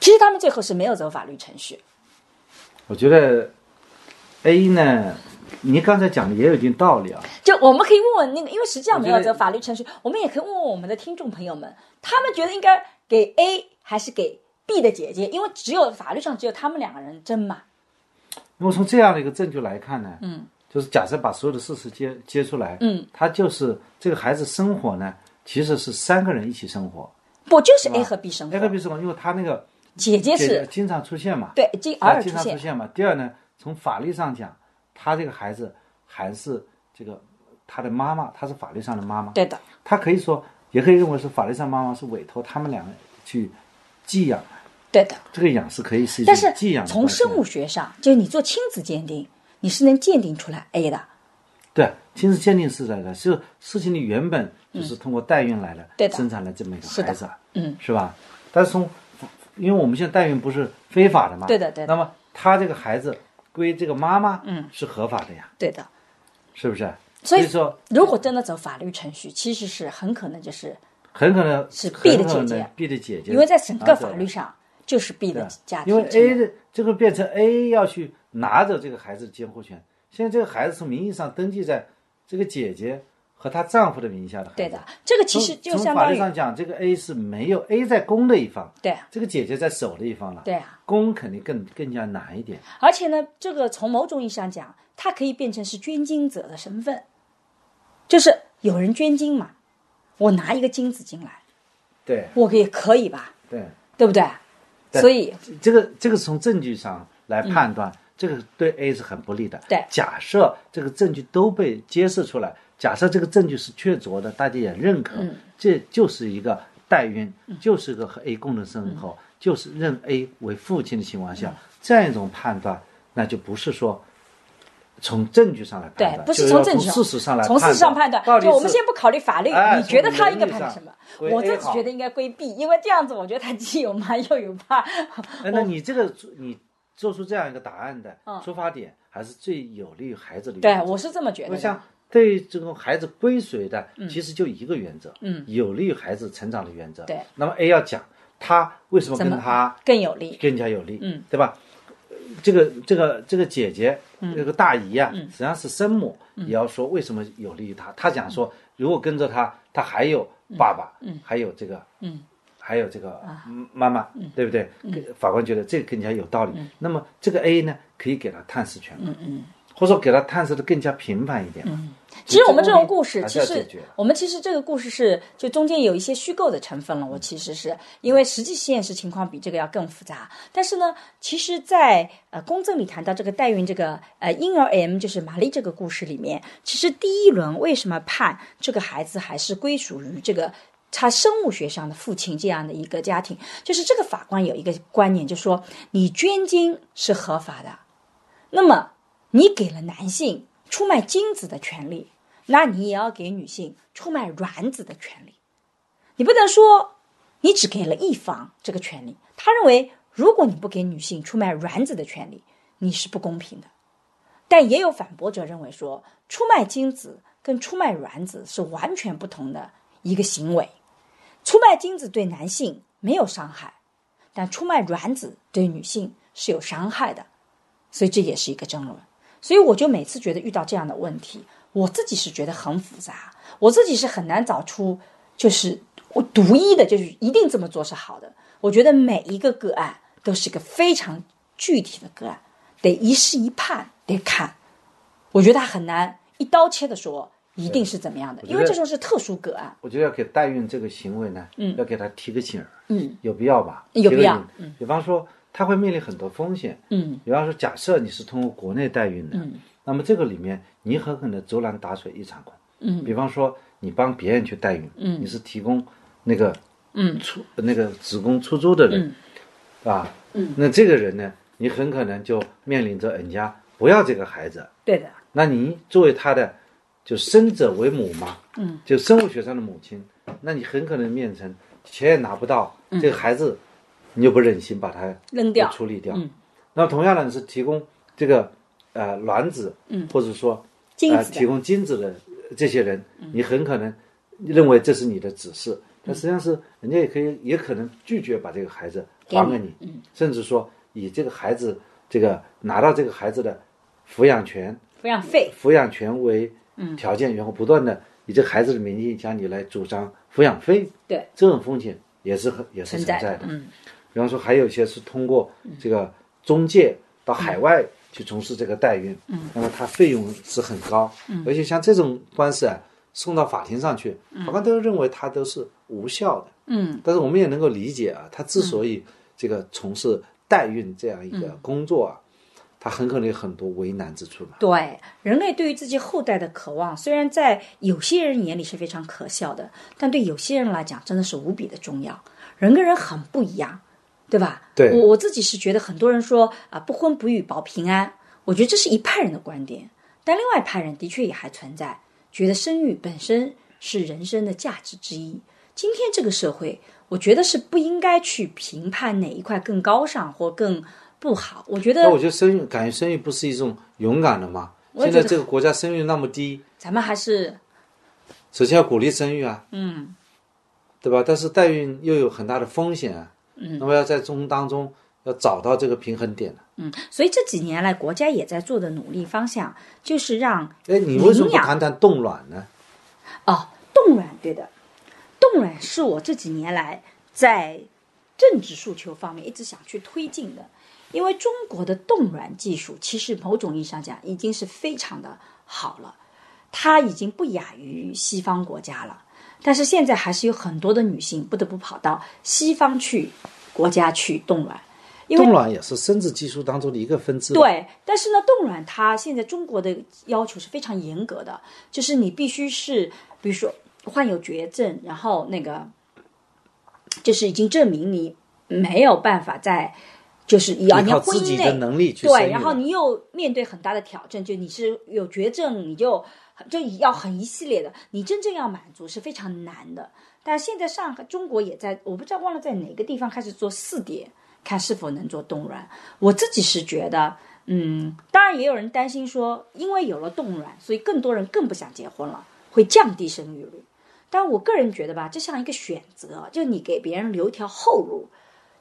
S1: 其实他们最后是没有走法律程序，
S2: 我觉得 A 呢，你刚才讲的也有一定道理啊。
S1: 就我们可以问问那个，因为实际上没有
S2: 我觉
S1: 走
S2: 得
S1: 法律程序，我们也可以问问我们的听众朋友们，他们觉得应该给 A 还是给 B 的姐姐？因为只有法律上只有他们两个人争嘛。
S2: 因为从这样的一个证据来看呢，
S1: 嗯，
S2: 就是假设把所有的事实揭揭出来，
S1: 嗯，
S2: 他就是这个孩子生活呢，其实是三个人一起生活
S1: 不就是
S2: 是吧
S1: A 和 B 生活
S2: ，A 和 B 生活，因为他那个
S1: 姐姐
S2: 姐姐
S1: 是
S2: 经常出现嘛，
S1: 对，经偶尔
S2: 经
S1: 出
S2: 常
S1: 现
S2: 出，现嘛。第二呢，从法律上讲，他这个孩子还是这个他的妈妈，他是法律上的妈妈，
S1: 对的，
S2: 他可以说，也可以认为是法律上妈妈是委托他们两个去寄养，
S1: 对的。
S2: 这个养是可以是一种
S1: 但是
S2: 寄养的
S1: 从
S2: 关系啊
S1: 生物学上，就是你做亲子鉴定，你是能鉴定出来 A 的，
S2: 对亲子鉴定是的，就是事情你原本就是通过代孕来的，
S1: 嗯对的
S2: 生产了这么一个
S1: 是的
S2: 孩子，啊
S1: 嗯，
S2: 是吧？但是从因为我们现在代孕不是非法的嘛，
S1: 对的对的
S2: 那么他这个孩子归这个妈妈，嗯，是合法的呀，
S1: 对的。
S2: 是不是？
S1: 所
S2: 所
S1: 以
S2: 说
S1: 如果真的走法律程序，其实是很可能就是
S2: 很可能
S1: 是 B 的姐姐啊
S2: ，B 的姐姐，啊
S1: 因为在整
S2: 拿
S1: 个
S2: 走
S1: 法
S2: 了
S1: 律上就是 B
S2: 对
S1: 的
S2: 啊
S1: 家庭
S2: 因为
S1: 成员
S2: A 的这个变成 A 要去拿着这个孩子的监护权，现在这个孩子从名义上登记在这个姐姐和她丈夫的名下的孩子，
S1: 对的，这个其
S2: 从
S1: 实就
S2: 从
S1: 相
S2: 法
S1: 当
S2: 律
S1: 于
S2: 上讲，这个 A 是没有 A 在公的一方，
S1: 对啊
S2: 这个姐姐在守的一方了，
S1: 对啊，
S2: 公肯定更更加难一点，
S1: 而且呢，这个从某种意义上讲，它可以变成是捐精者的身份，就是有人捐精嘛，我拿一个精子进来，
S2: 对
S1: 我也可以吧，
S2: 对，
S1: 对不对？
S2: 对
S1: 所以
S2: 这个这个从证据上来判断，这个对 A 是很不利的。
S1: 嗯对
S2: 假设这个证据都被揭示出来，假设这个证据是确凿的，大家也认可，
S1: 嗯
S2: 这就是一个代孕，就是一个和 A 共同生活，
S1: 嗯
S2: 就是认 A 为父亲的情况下，这样一种判断，那就不是说。从证据上来判
S1: 对
S2: 断，，
S1: 不
S2: 就是要
S1: 从
S2: 从
S1: 证据
S2: 事实上来
S1: 从事实上判断。
S2: 到底
S1: 就我们
S2: 是
S1: 先不考虑法律，
S2: 哎
S1: 你觉得
S2: 从
S1: 他
S2: 伦
S1: 应该
S2: 理
S1: 判断
S2: 上
S1: 什么？
S2: 归
S1: 我
S2: A
S1: 自己
S2: 好
S1: 觉得应该归 B，因为这样子我觉得他既有妈 *laughs* 又有爸。
S2: 哎，那你这个你做出这样一个答案的出发点，还是最有利于孩子的。
S1: 嗯对，我是这么觉
S2: 我
S1: 得嗯的。
S2: 想对于这种孩子归谁的，其实就一个原则，嗯，有利于孩子成长的原则。
S1: 对，
S2: 那么 A 要讲他为什么
S1: 怎
S2: 跟
S1: 么
S2: 他
S1: 更有利？
S2: 更加有利，嗯，对吧？呃这个这个这个姐姐，这个大姨啊，实际上是生母，也要说为什么有利于她。她讲说，如果跟着她，她还有爸爸，嗯，还有这个，嗯，还有这个嗯妈妈，对不对？法官觉得这个更加有道理。那么这个 A 呢，可以给她探视权，嗯嗯，或者说给她探视的更加频繁一点，
S1: 其实我们这
S2: 这
S1: 种
S2: 个问题
S1: 故事，
S2: 还是
S1: 其
S2: 要
S1: 实
S2: 解决
S1: 我们其实这个故事是就中间有一些虚构的成分了。
S2: 嗯
S1: 我其实是因为实际现实情况比这个要更复杂，但是呢，其实在，呃公正里谈到这个代孕这个呃婴儿 M 就是玛丽这个故事里面，其实第一轮为什么判这个孩子还是归属于这个他生物学上的父亲这样的一个家庭，就是这个法官有一个观念，就说你捐精是合法的，那么你给了男性出卖精子的权利，那你也要给女性出卖卵子的权利。你不能说你只给了一方这个权利。他认为，如果你不给女性出卖卵子的权利，你是不公平的。但也有反驳者认为说，出卖精子跟出卖卵子是完全不同的一个行为。出卖精子对男性没有伤害，但出卖卵子对女性是有伤害的。所以这也是一个争论。所以我就每次觉得遇到这样的问题，我自己是觉得很复杂，我自己是很难找出就是我独一的，就是一定这么做是好的。我觉得每一个个案都是一个非常具体的个案，得一事一判，得看。我觉得很难一刀切的说一定是怎么样的，
S2: 觉
S1: 因
S2: 得
S1: 为这种是特殊个案。
S2: 我觉得要给代孕这个行为呢，嗯，要给他提个醒儿，
S1: 嗯，
S2: 有必要嗯吧？
S1: 有必要
S2: 提个醒儿。比方说，它会面临很多风险，
S1: 嗯，
S2: 比方说，假设你是通过国内代孕的，嗯，那么这个里面你很可能竹篮打水一场空，嗯，比方说你帮别人去代孕，嗯，你是提供那个嗯出那个子宫出租的人，啊，嗯，那这个人呢，你很可能就面临着人家不要这个孩子，
S1: 对的，
S2: 那你作为他的就生者为母嘛，嗯，就生物学上的母亲，那你很可能变成钱也拿不到，这个孩子你又不忍心把他
S1: 扔掉
S2: 处理掉。那么同样呢，你是提供这个呃卵子，嗯，或者说
S1: 精
S2: 呃
S1: 子
S2: 提
S1: 的
S2: 供精子的呃这些人，你很可能认为这是你的指示，但实际上是人家也可以也可能拒绝把这个孩子还给你，甚至说以这个孩子这个拿到这个孩子的抚养权。
S1: 抚养费。
S2: 抚养权为条件，然后不断的以这个孩子的名义向你来主张抚养费，
S1: 对，
S2: 这种风险也是很也是存
S1: 在的
S2: 的。嗯比方说还有一些是通过这个中介到海外去从事这个代孕，那么它费用是很高，而且像这种官司啊送到法庭上去，法官都认为它都是无效的，嗯，但是我们也能够理解啊，他之所以这个从事代孕这样一个工作啊，他很可能有很多为难之处嘛。
S1: 对人类对于自己后代的渴望，虽然在有些人眼里是非常可笑的，但对有些人来讲真的是无比的重要。人跟人很不一样，对吧？
S2: 对
S1: 我我自己是觉得很多人说啊，不婚不育保平安，我觉得这是一派人的观点，但另外一派人的确也还存在，觉得生育本身是人生的价值之一。今天这个社会，我觉得是不应该去评判哪一块更高尚或更不好。我觉
S2: 那我
S1: 得
S2: 觉得生育，感觉生育不是一种勇敢的吗？
S1: 也
S2: 现
S1: 觉
S2: 在
S1: 得
S2: 这个国家生育那么低，
S1: 咱们还是
S2: 首先要鼓励生育啊，
S1: 嗯
S2: 对吧？但是代孕又有很大的风险啊，
S1: 嗯
S2: 那么要在中当中要找到这个平衡点啊
S1: 嗯，所以这几年来，国家也在做的努力方向就是让
S2: 哎，你为什
S1: 领
S2: 么不
S1: 养
S2: 谈谈冻卵呢？
S1: 哦，冻卵，对的，冻卵是我这几年来在政治诉求方面一直想去推进的，因为中国的冻卵技术其实某种意义上讲已经是非常的好了，它已经不亚于西方国家了。但是现在还是有很多的女性不得不跑到西方去国家去冻卵，因为
S2: 冻卵也是生殖技术当中的一个分支。，
S1: 对，但是呢，冻卵它现在中国的要求是非常严格的，就是你必须是，比如说患有绝症，然后那个就是已经证明你没有办法在，就是以啊，
S2: 你
S1: 你
S2: 靠
S1: 要婚
S2: 自己
S1: 姻
S2: 的
S1: 内。
S2: 能力去生育
S1: 对，
S2: 的
S1: 然后你又面对很大的挑战，就你是有绝症，你就就要很一系列的，你真正要满足是非常难的。但现在上海中国也在，我不知道忘了在哪个地方开始做试点，看是否能做冻卵。我自己是觉得，嗯，当然也有人担心说，因为有了冻卵，所以更多人更不想结婚了，会降低生育率。但我个人觉得吧，这像一个选择，啊就你给别人留条后路，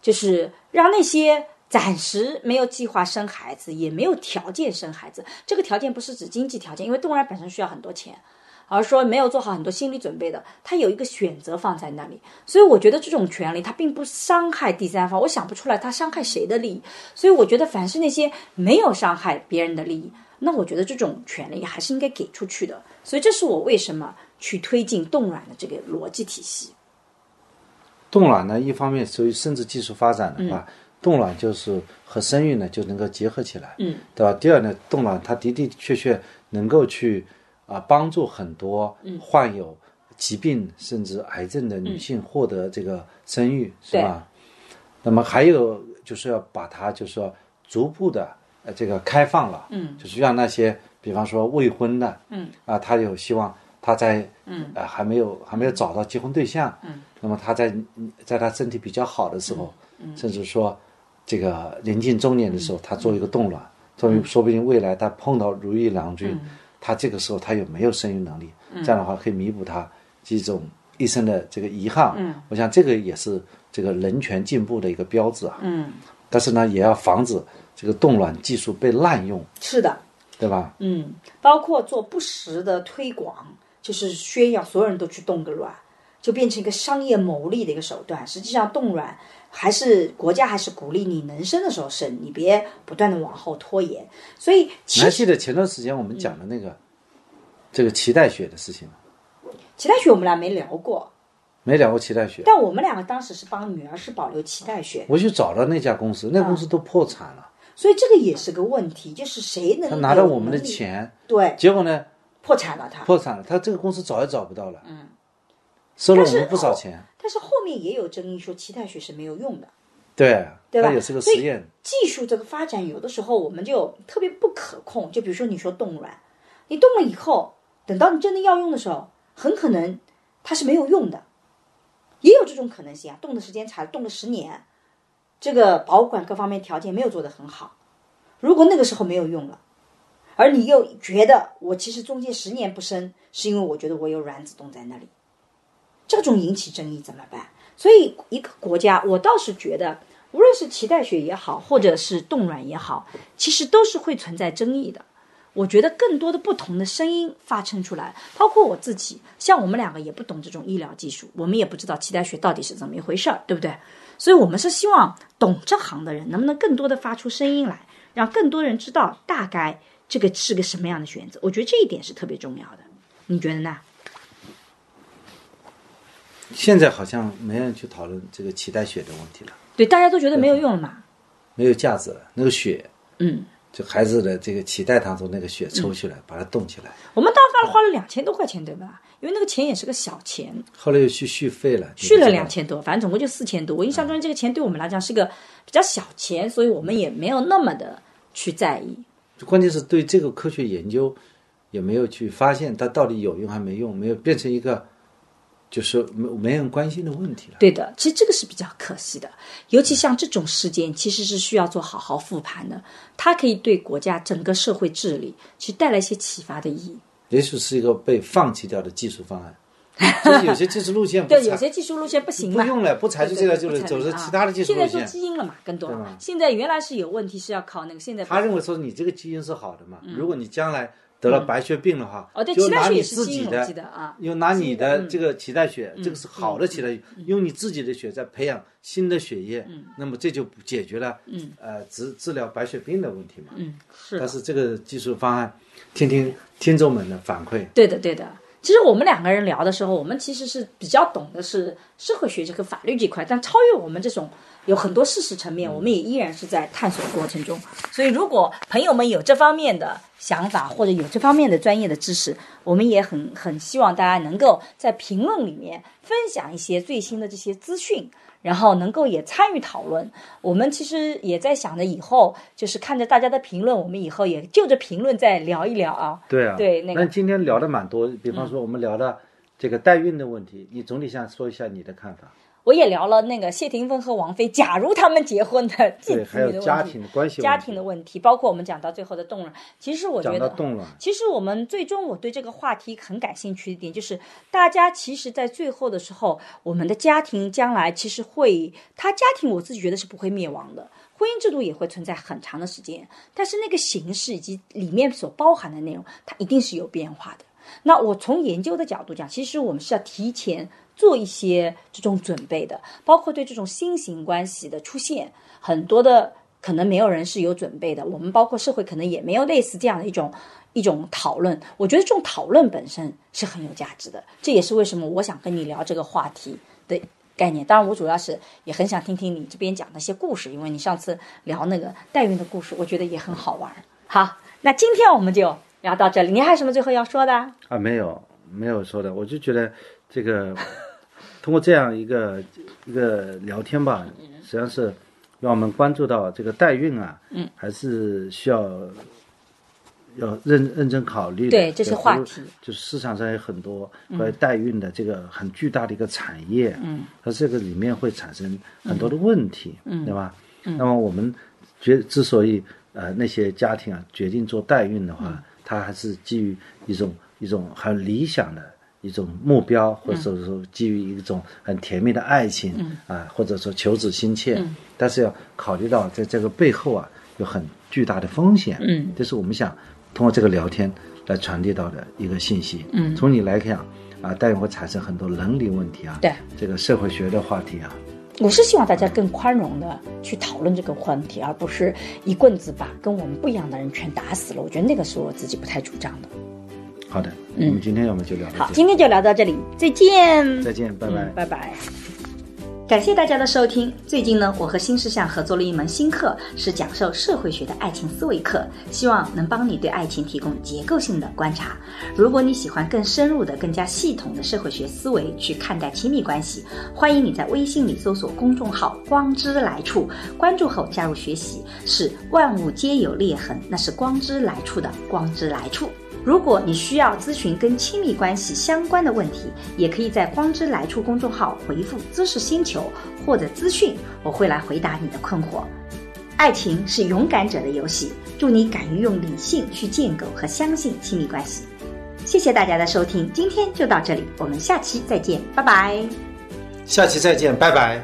S1: 就是让那些暂时没有计划生孩子，也没有条件生孩子，这个条件不是指经济条件，因为冻卵本身需要很多钱，而说没有做好很多心理准备的，他有一个选择放在那里，所以我觉得这种权利它并不伤害第三方，我想不出来它伤害谁的利益，所以我觉得凡是那些没有伤害别人的利益，那我觉得这种权利还是应该给出去的，所以这是我为什么去推进冻卵的这个逻辑体系。
S2: 冻卵呢，一方面属于生殖技术发展的
S1: 嗯
S2: 话，冻卵就是和生育呢就能够结合起来，
S1: 嗯，
S2: 对吧？第二呢，冻卵它的的确确能够去啊、帮助很多
S1: 嗯
S2: 患有疾病甚至癌症的女性获得这个生育，是吧？那么还有就是要把它就是说逐步的呃这个开放了，
S1: 嗯，
S2: 就是让那些比方说未婚的，
S1: 嗯，
S2: 啊，他有希望他在
S1: 嗯
S2: 呃还没有还没有找到结婚对象，嗯，那么他在在他身体比较好的时候，甚至说这个临近中年的时候，他做一个冻卵，说明说不定未来他碰到如意郎君，他这个时候他有没有生育能力？这样的话可以弥补他这种一生的这个遗憾。我想这个也是这个人权进步的一个标志啊。
S1: 嗯，
S2: 但是呢，也要防止这个冻卵技术被滥用，
S1: 是的，
S2: 对吧？
S1: 嗯，包括做不实的推广，就是宣扬所有人都去冻个卵，就变成一个商业牟利的一个手段。实际上，冻卵还是国家还是鼓励你能生的时候生，你别不断的往后拖延。所以，
S2: 你
S1: 其
S2: 还
S1: 实
S2: 记得前段时间我们讲的那个、这个脐带血的事情吗？
S1: 脐带血我们俩没聊过，
S2: 没聊过脐带血，
S1: 但我们两个当时是帮女儿是保留脐带血，
S2: 我去找了那家公司，那
S1: 啊
S2: 公司都破产了，
S1: 所以这个也是个问题，就是谁能
S2: 他拿到
S1: 有
S2: 我们的
S1: 能力，
S2: 钱，
S1: 对，
S2: 结果呢
S1: 破产了他。
S2: 破产了，他这个公司找也找不到了，嗯，收了我们不
S1: 哦
S2: 少钱，
S1: 但是后面也有争议说脐带血是没有用的。
S2: 对，
S1: 对吧
S2: 他也是个
S1: 所
S2: 实
S1: 以
S2: 验，
S1: 技术这个发展，有的时候我们就特别不可控。就比如说你说冻卵，你冻了以后，等到你真的要用的时候，很可能它是没有用的，也有这种可能性啊。冻的时间长了，冻了十年，这个保管各方面条件没有做得很好，如果那个时候没有用了，而你又觉得我其实中间十年不生，是因为我觉得我有卵子冻在那里，这种引起争议怎么办？所以一个国家，我倒是觉得，无论是脐带血也好，或者是冻卵也好，其实都是会存在争议的。我觉得更多的不同的声音发生出来，包括我自己，像我们两个也不懂这种医疗技术，我们也不知道脐带血到底是怎么一回事儿，对不对？所以我们是希望懂这行的人能不能更多的发出声音来，让更多人知道大概这个是个什么样的选择。我觉得这一点是特别重要的，你觉得呢？
S2: 现在好像没人去讨论这个脐带血的问题了，
S1: 对，大家都觉得没有用了嘛，
S2: 没有价值了，那个血
S1: 嗯，
S2: 就孩子的这个脐带当中那个血抽出来，把它冻起来。
S1: 我们当时花了两千多块钱，对吧？因为那个钱也是个小钱，
S2: 后来又去续费了，
S1: 续了
S2: 你知道
S1: 两千多，反正总共就四千多。我印象中这个钱对我们来讲是个比较小钱，所以我们也没有那么的去在意。
S2: 关键是对这个科学研究也没有去发现它到底有用还没用，没有变成一个就是没没人关心的问题了。
S1: 对的，其实这个是比较可惜的，尤其像这种事件，其实是需要做好好复盘的，它可以对国家整个社会治理去带来一些启发的意义。
S2: 也许是一个被放弃掉的技术
S1: *laughs*
S2: 方案，就是有些技术路线不
S1: 对，
S2: 采
S1: 有些技术路线不行
S2: 不
S1: 嘛，
S2: 用了，不采取这条
S1: 对
S2: 就
S1: 对
S2: 是
S1: 不
S2: 走
S1: 采
S2: 着
S1: 取啊
S2: 其他的技术
S1: 现在
S2: 路
S1: 做
S2: 线。
S1: 基因了嘛，更多
S2: 对吧。
S1: 现在原来是有问题是要考那个，现在
S2: 他认为说你这个基因是好的嘛，如果你将来得了白血病的话，
S1: 嗯哦，对，
S2: 就
S1: 脐带
S2: 拿
S1: 血
S2: 你
S1: 也是
S2: 自
S1: 基
S2: 己
S1: 因，我
S2: 的
S1: 记得啊，
S2: 又拿你的这个脐带血，这
S1: 嗯
S2: 个是好的脐带血，用你自己的血再培养新的血液，
S1: 嗯
S2: 那么这就解决了，呃，治治疗白血病的问题嘛。
S1: 嗯，是的
S2: 但是这个技术方案，听听听众们的反馈，
S1: 对的，对的。其实我们两个人聊的时候，我们其实是比较懂的是社会学这个法律这块，但超越我们这种有很多事实层面，我们也依然是在探索过程中。所以，如果朋友们有这方面的想法或者有这方面的专业的知识，我们也很很希望大家能够在评论里面分享一些最新的这些资讯。然后能够也参与讨论。我们其实也在想着以后，就是看着大家的评论，我们以后也就着评论再聊一聊啊。
S2: 对啊，
S1: 对那个嗯
S2: 那今天聊的蛮多，比方说我们聊了这个代孕的问题，你总得想说一下你的看法，
S1: 我也聊了那个谢霆锋和王菲，假如他们结婚的近
S2: 对，
S1: 子
S2: 还
S1: 女的
S2: 有家
S1: 问
S2: 庭
S1: 题、
S2: 的关系问题，
S1: 家庭的问题，包括我们讲到最后的动乱。其实我觉
S2: 讲到
S1: 得，
S2: 动乱，
S1: 其实我们最终我对这个话题很感兴趣的一点，就是大家其实，在最后的时候，我们的家庭将来其实会，他家庭我自己觉得是不会灭亡的，婚姻制度也会存在很长的时间，但是那个形式以及里面所包含的内容，它一定是有变化的。那我从研究的角度讲，其实我们是要提前做一些这种准备的，包括对这种新型关系的出现，很多的可能没有人是有准备的。我们包括社会可能也没有类似这样的一种一种讨论。我觉得这种讨论本身是很有价值的，这也是为什么我想跟你聊这个话题的概念。当然，我主要是也很想听听你这边讲的一些故事，因为你上次聊那个代孕的故事，我觉得也很好玩。好，那今天我们就聊到这里。你还有什么最后要说的啊？
S2: 啊，没有没有说的，我就觉得这个通过这样一个一个聊天吧，实际上是让我们关注到这个代孕啊，嗯，还是需要要认认真考虑的。
S1: 对这是话题
S2: 就就是市场上有很多关于代孕的这个很巨大的一个产业，嗯，它这个里面会产生很多的问题，嗯，对吧？嗯、那么我们决之所以呃那些家庭啊决定做代孕的话，它还是基于一种一种很理想的。一种目标，或者说基于一种很甜蜜的爱情、
S1: 嗯
S2: 啊，或者说求子心切，但是要考虑到在这个背后啊有很巨大的风险，
S1: 嗯，
S2: 这是我们想通过这个聊天来传递到的一个信息，嗯，从你来讲啊，代孕会产生很多伦理问题啊，
S1: 对，
S2: 这个社会学的话题啊，
S1: 我是希望大家更宽容的去讨论这个问题，而不是一棍子把跟我们不一样的人全打死了。我觉得那个是我自己不太主张的。
S2: 好的，我们今天要么就聊到
S1: 嗯好，
S2: 这里，
S1: 今天就聊到这里，再见。
S2: 再见，拜拜。
S1: 嗯拜拜。感谢大家的收听。最近呢，我和新事项合作了一门新课，是讲授社会学的爱情思维课，希望能帮你对爱情提供结构性的观察。如果你喜欢更深入的、更加系统的社会学思维去看待亲密关系，欢迎你在微信里搜索公众号“光之来处”，关注后加入学习。是万物皆有裂痕，那是光之来处的光之来处。如果你需要咨询跟亲密关系相关的问题，也可以在“光之来处”公众号回复“知识星球”或者“资讯”，我会来回答你的困惑。爱情是勇敢者的游戏，祝你敢于用理性去建构和相信亲密关系。谢谢大家的收听，今天就到这里，我们下期再见，拜拜。
S5: 下期再见，拜拜。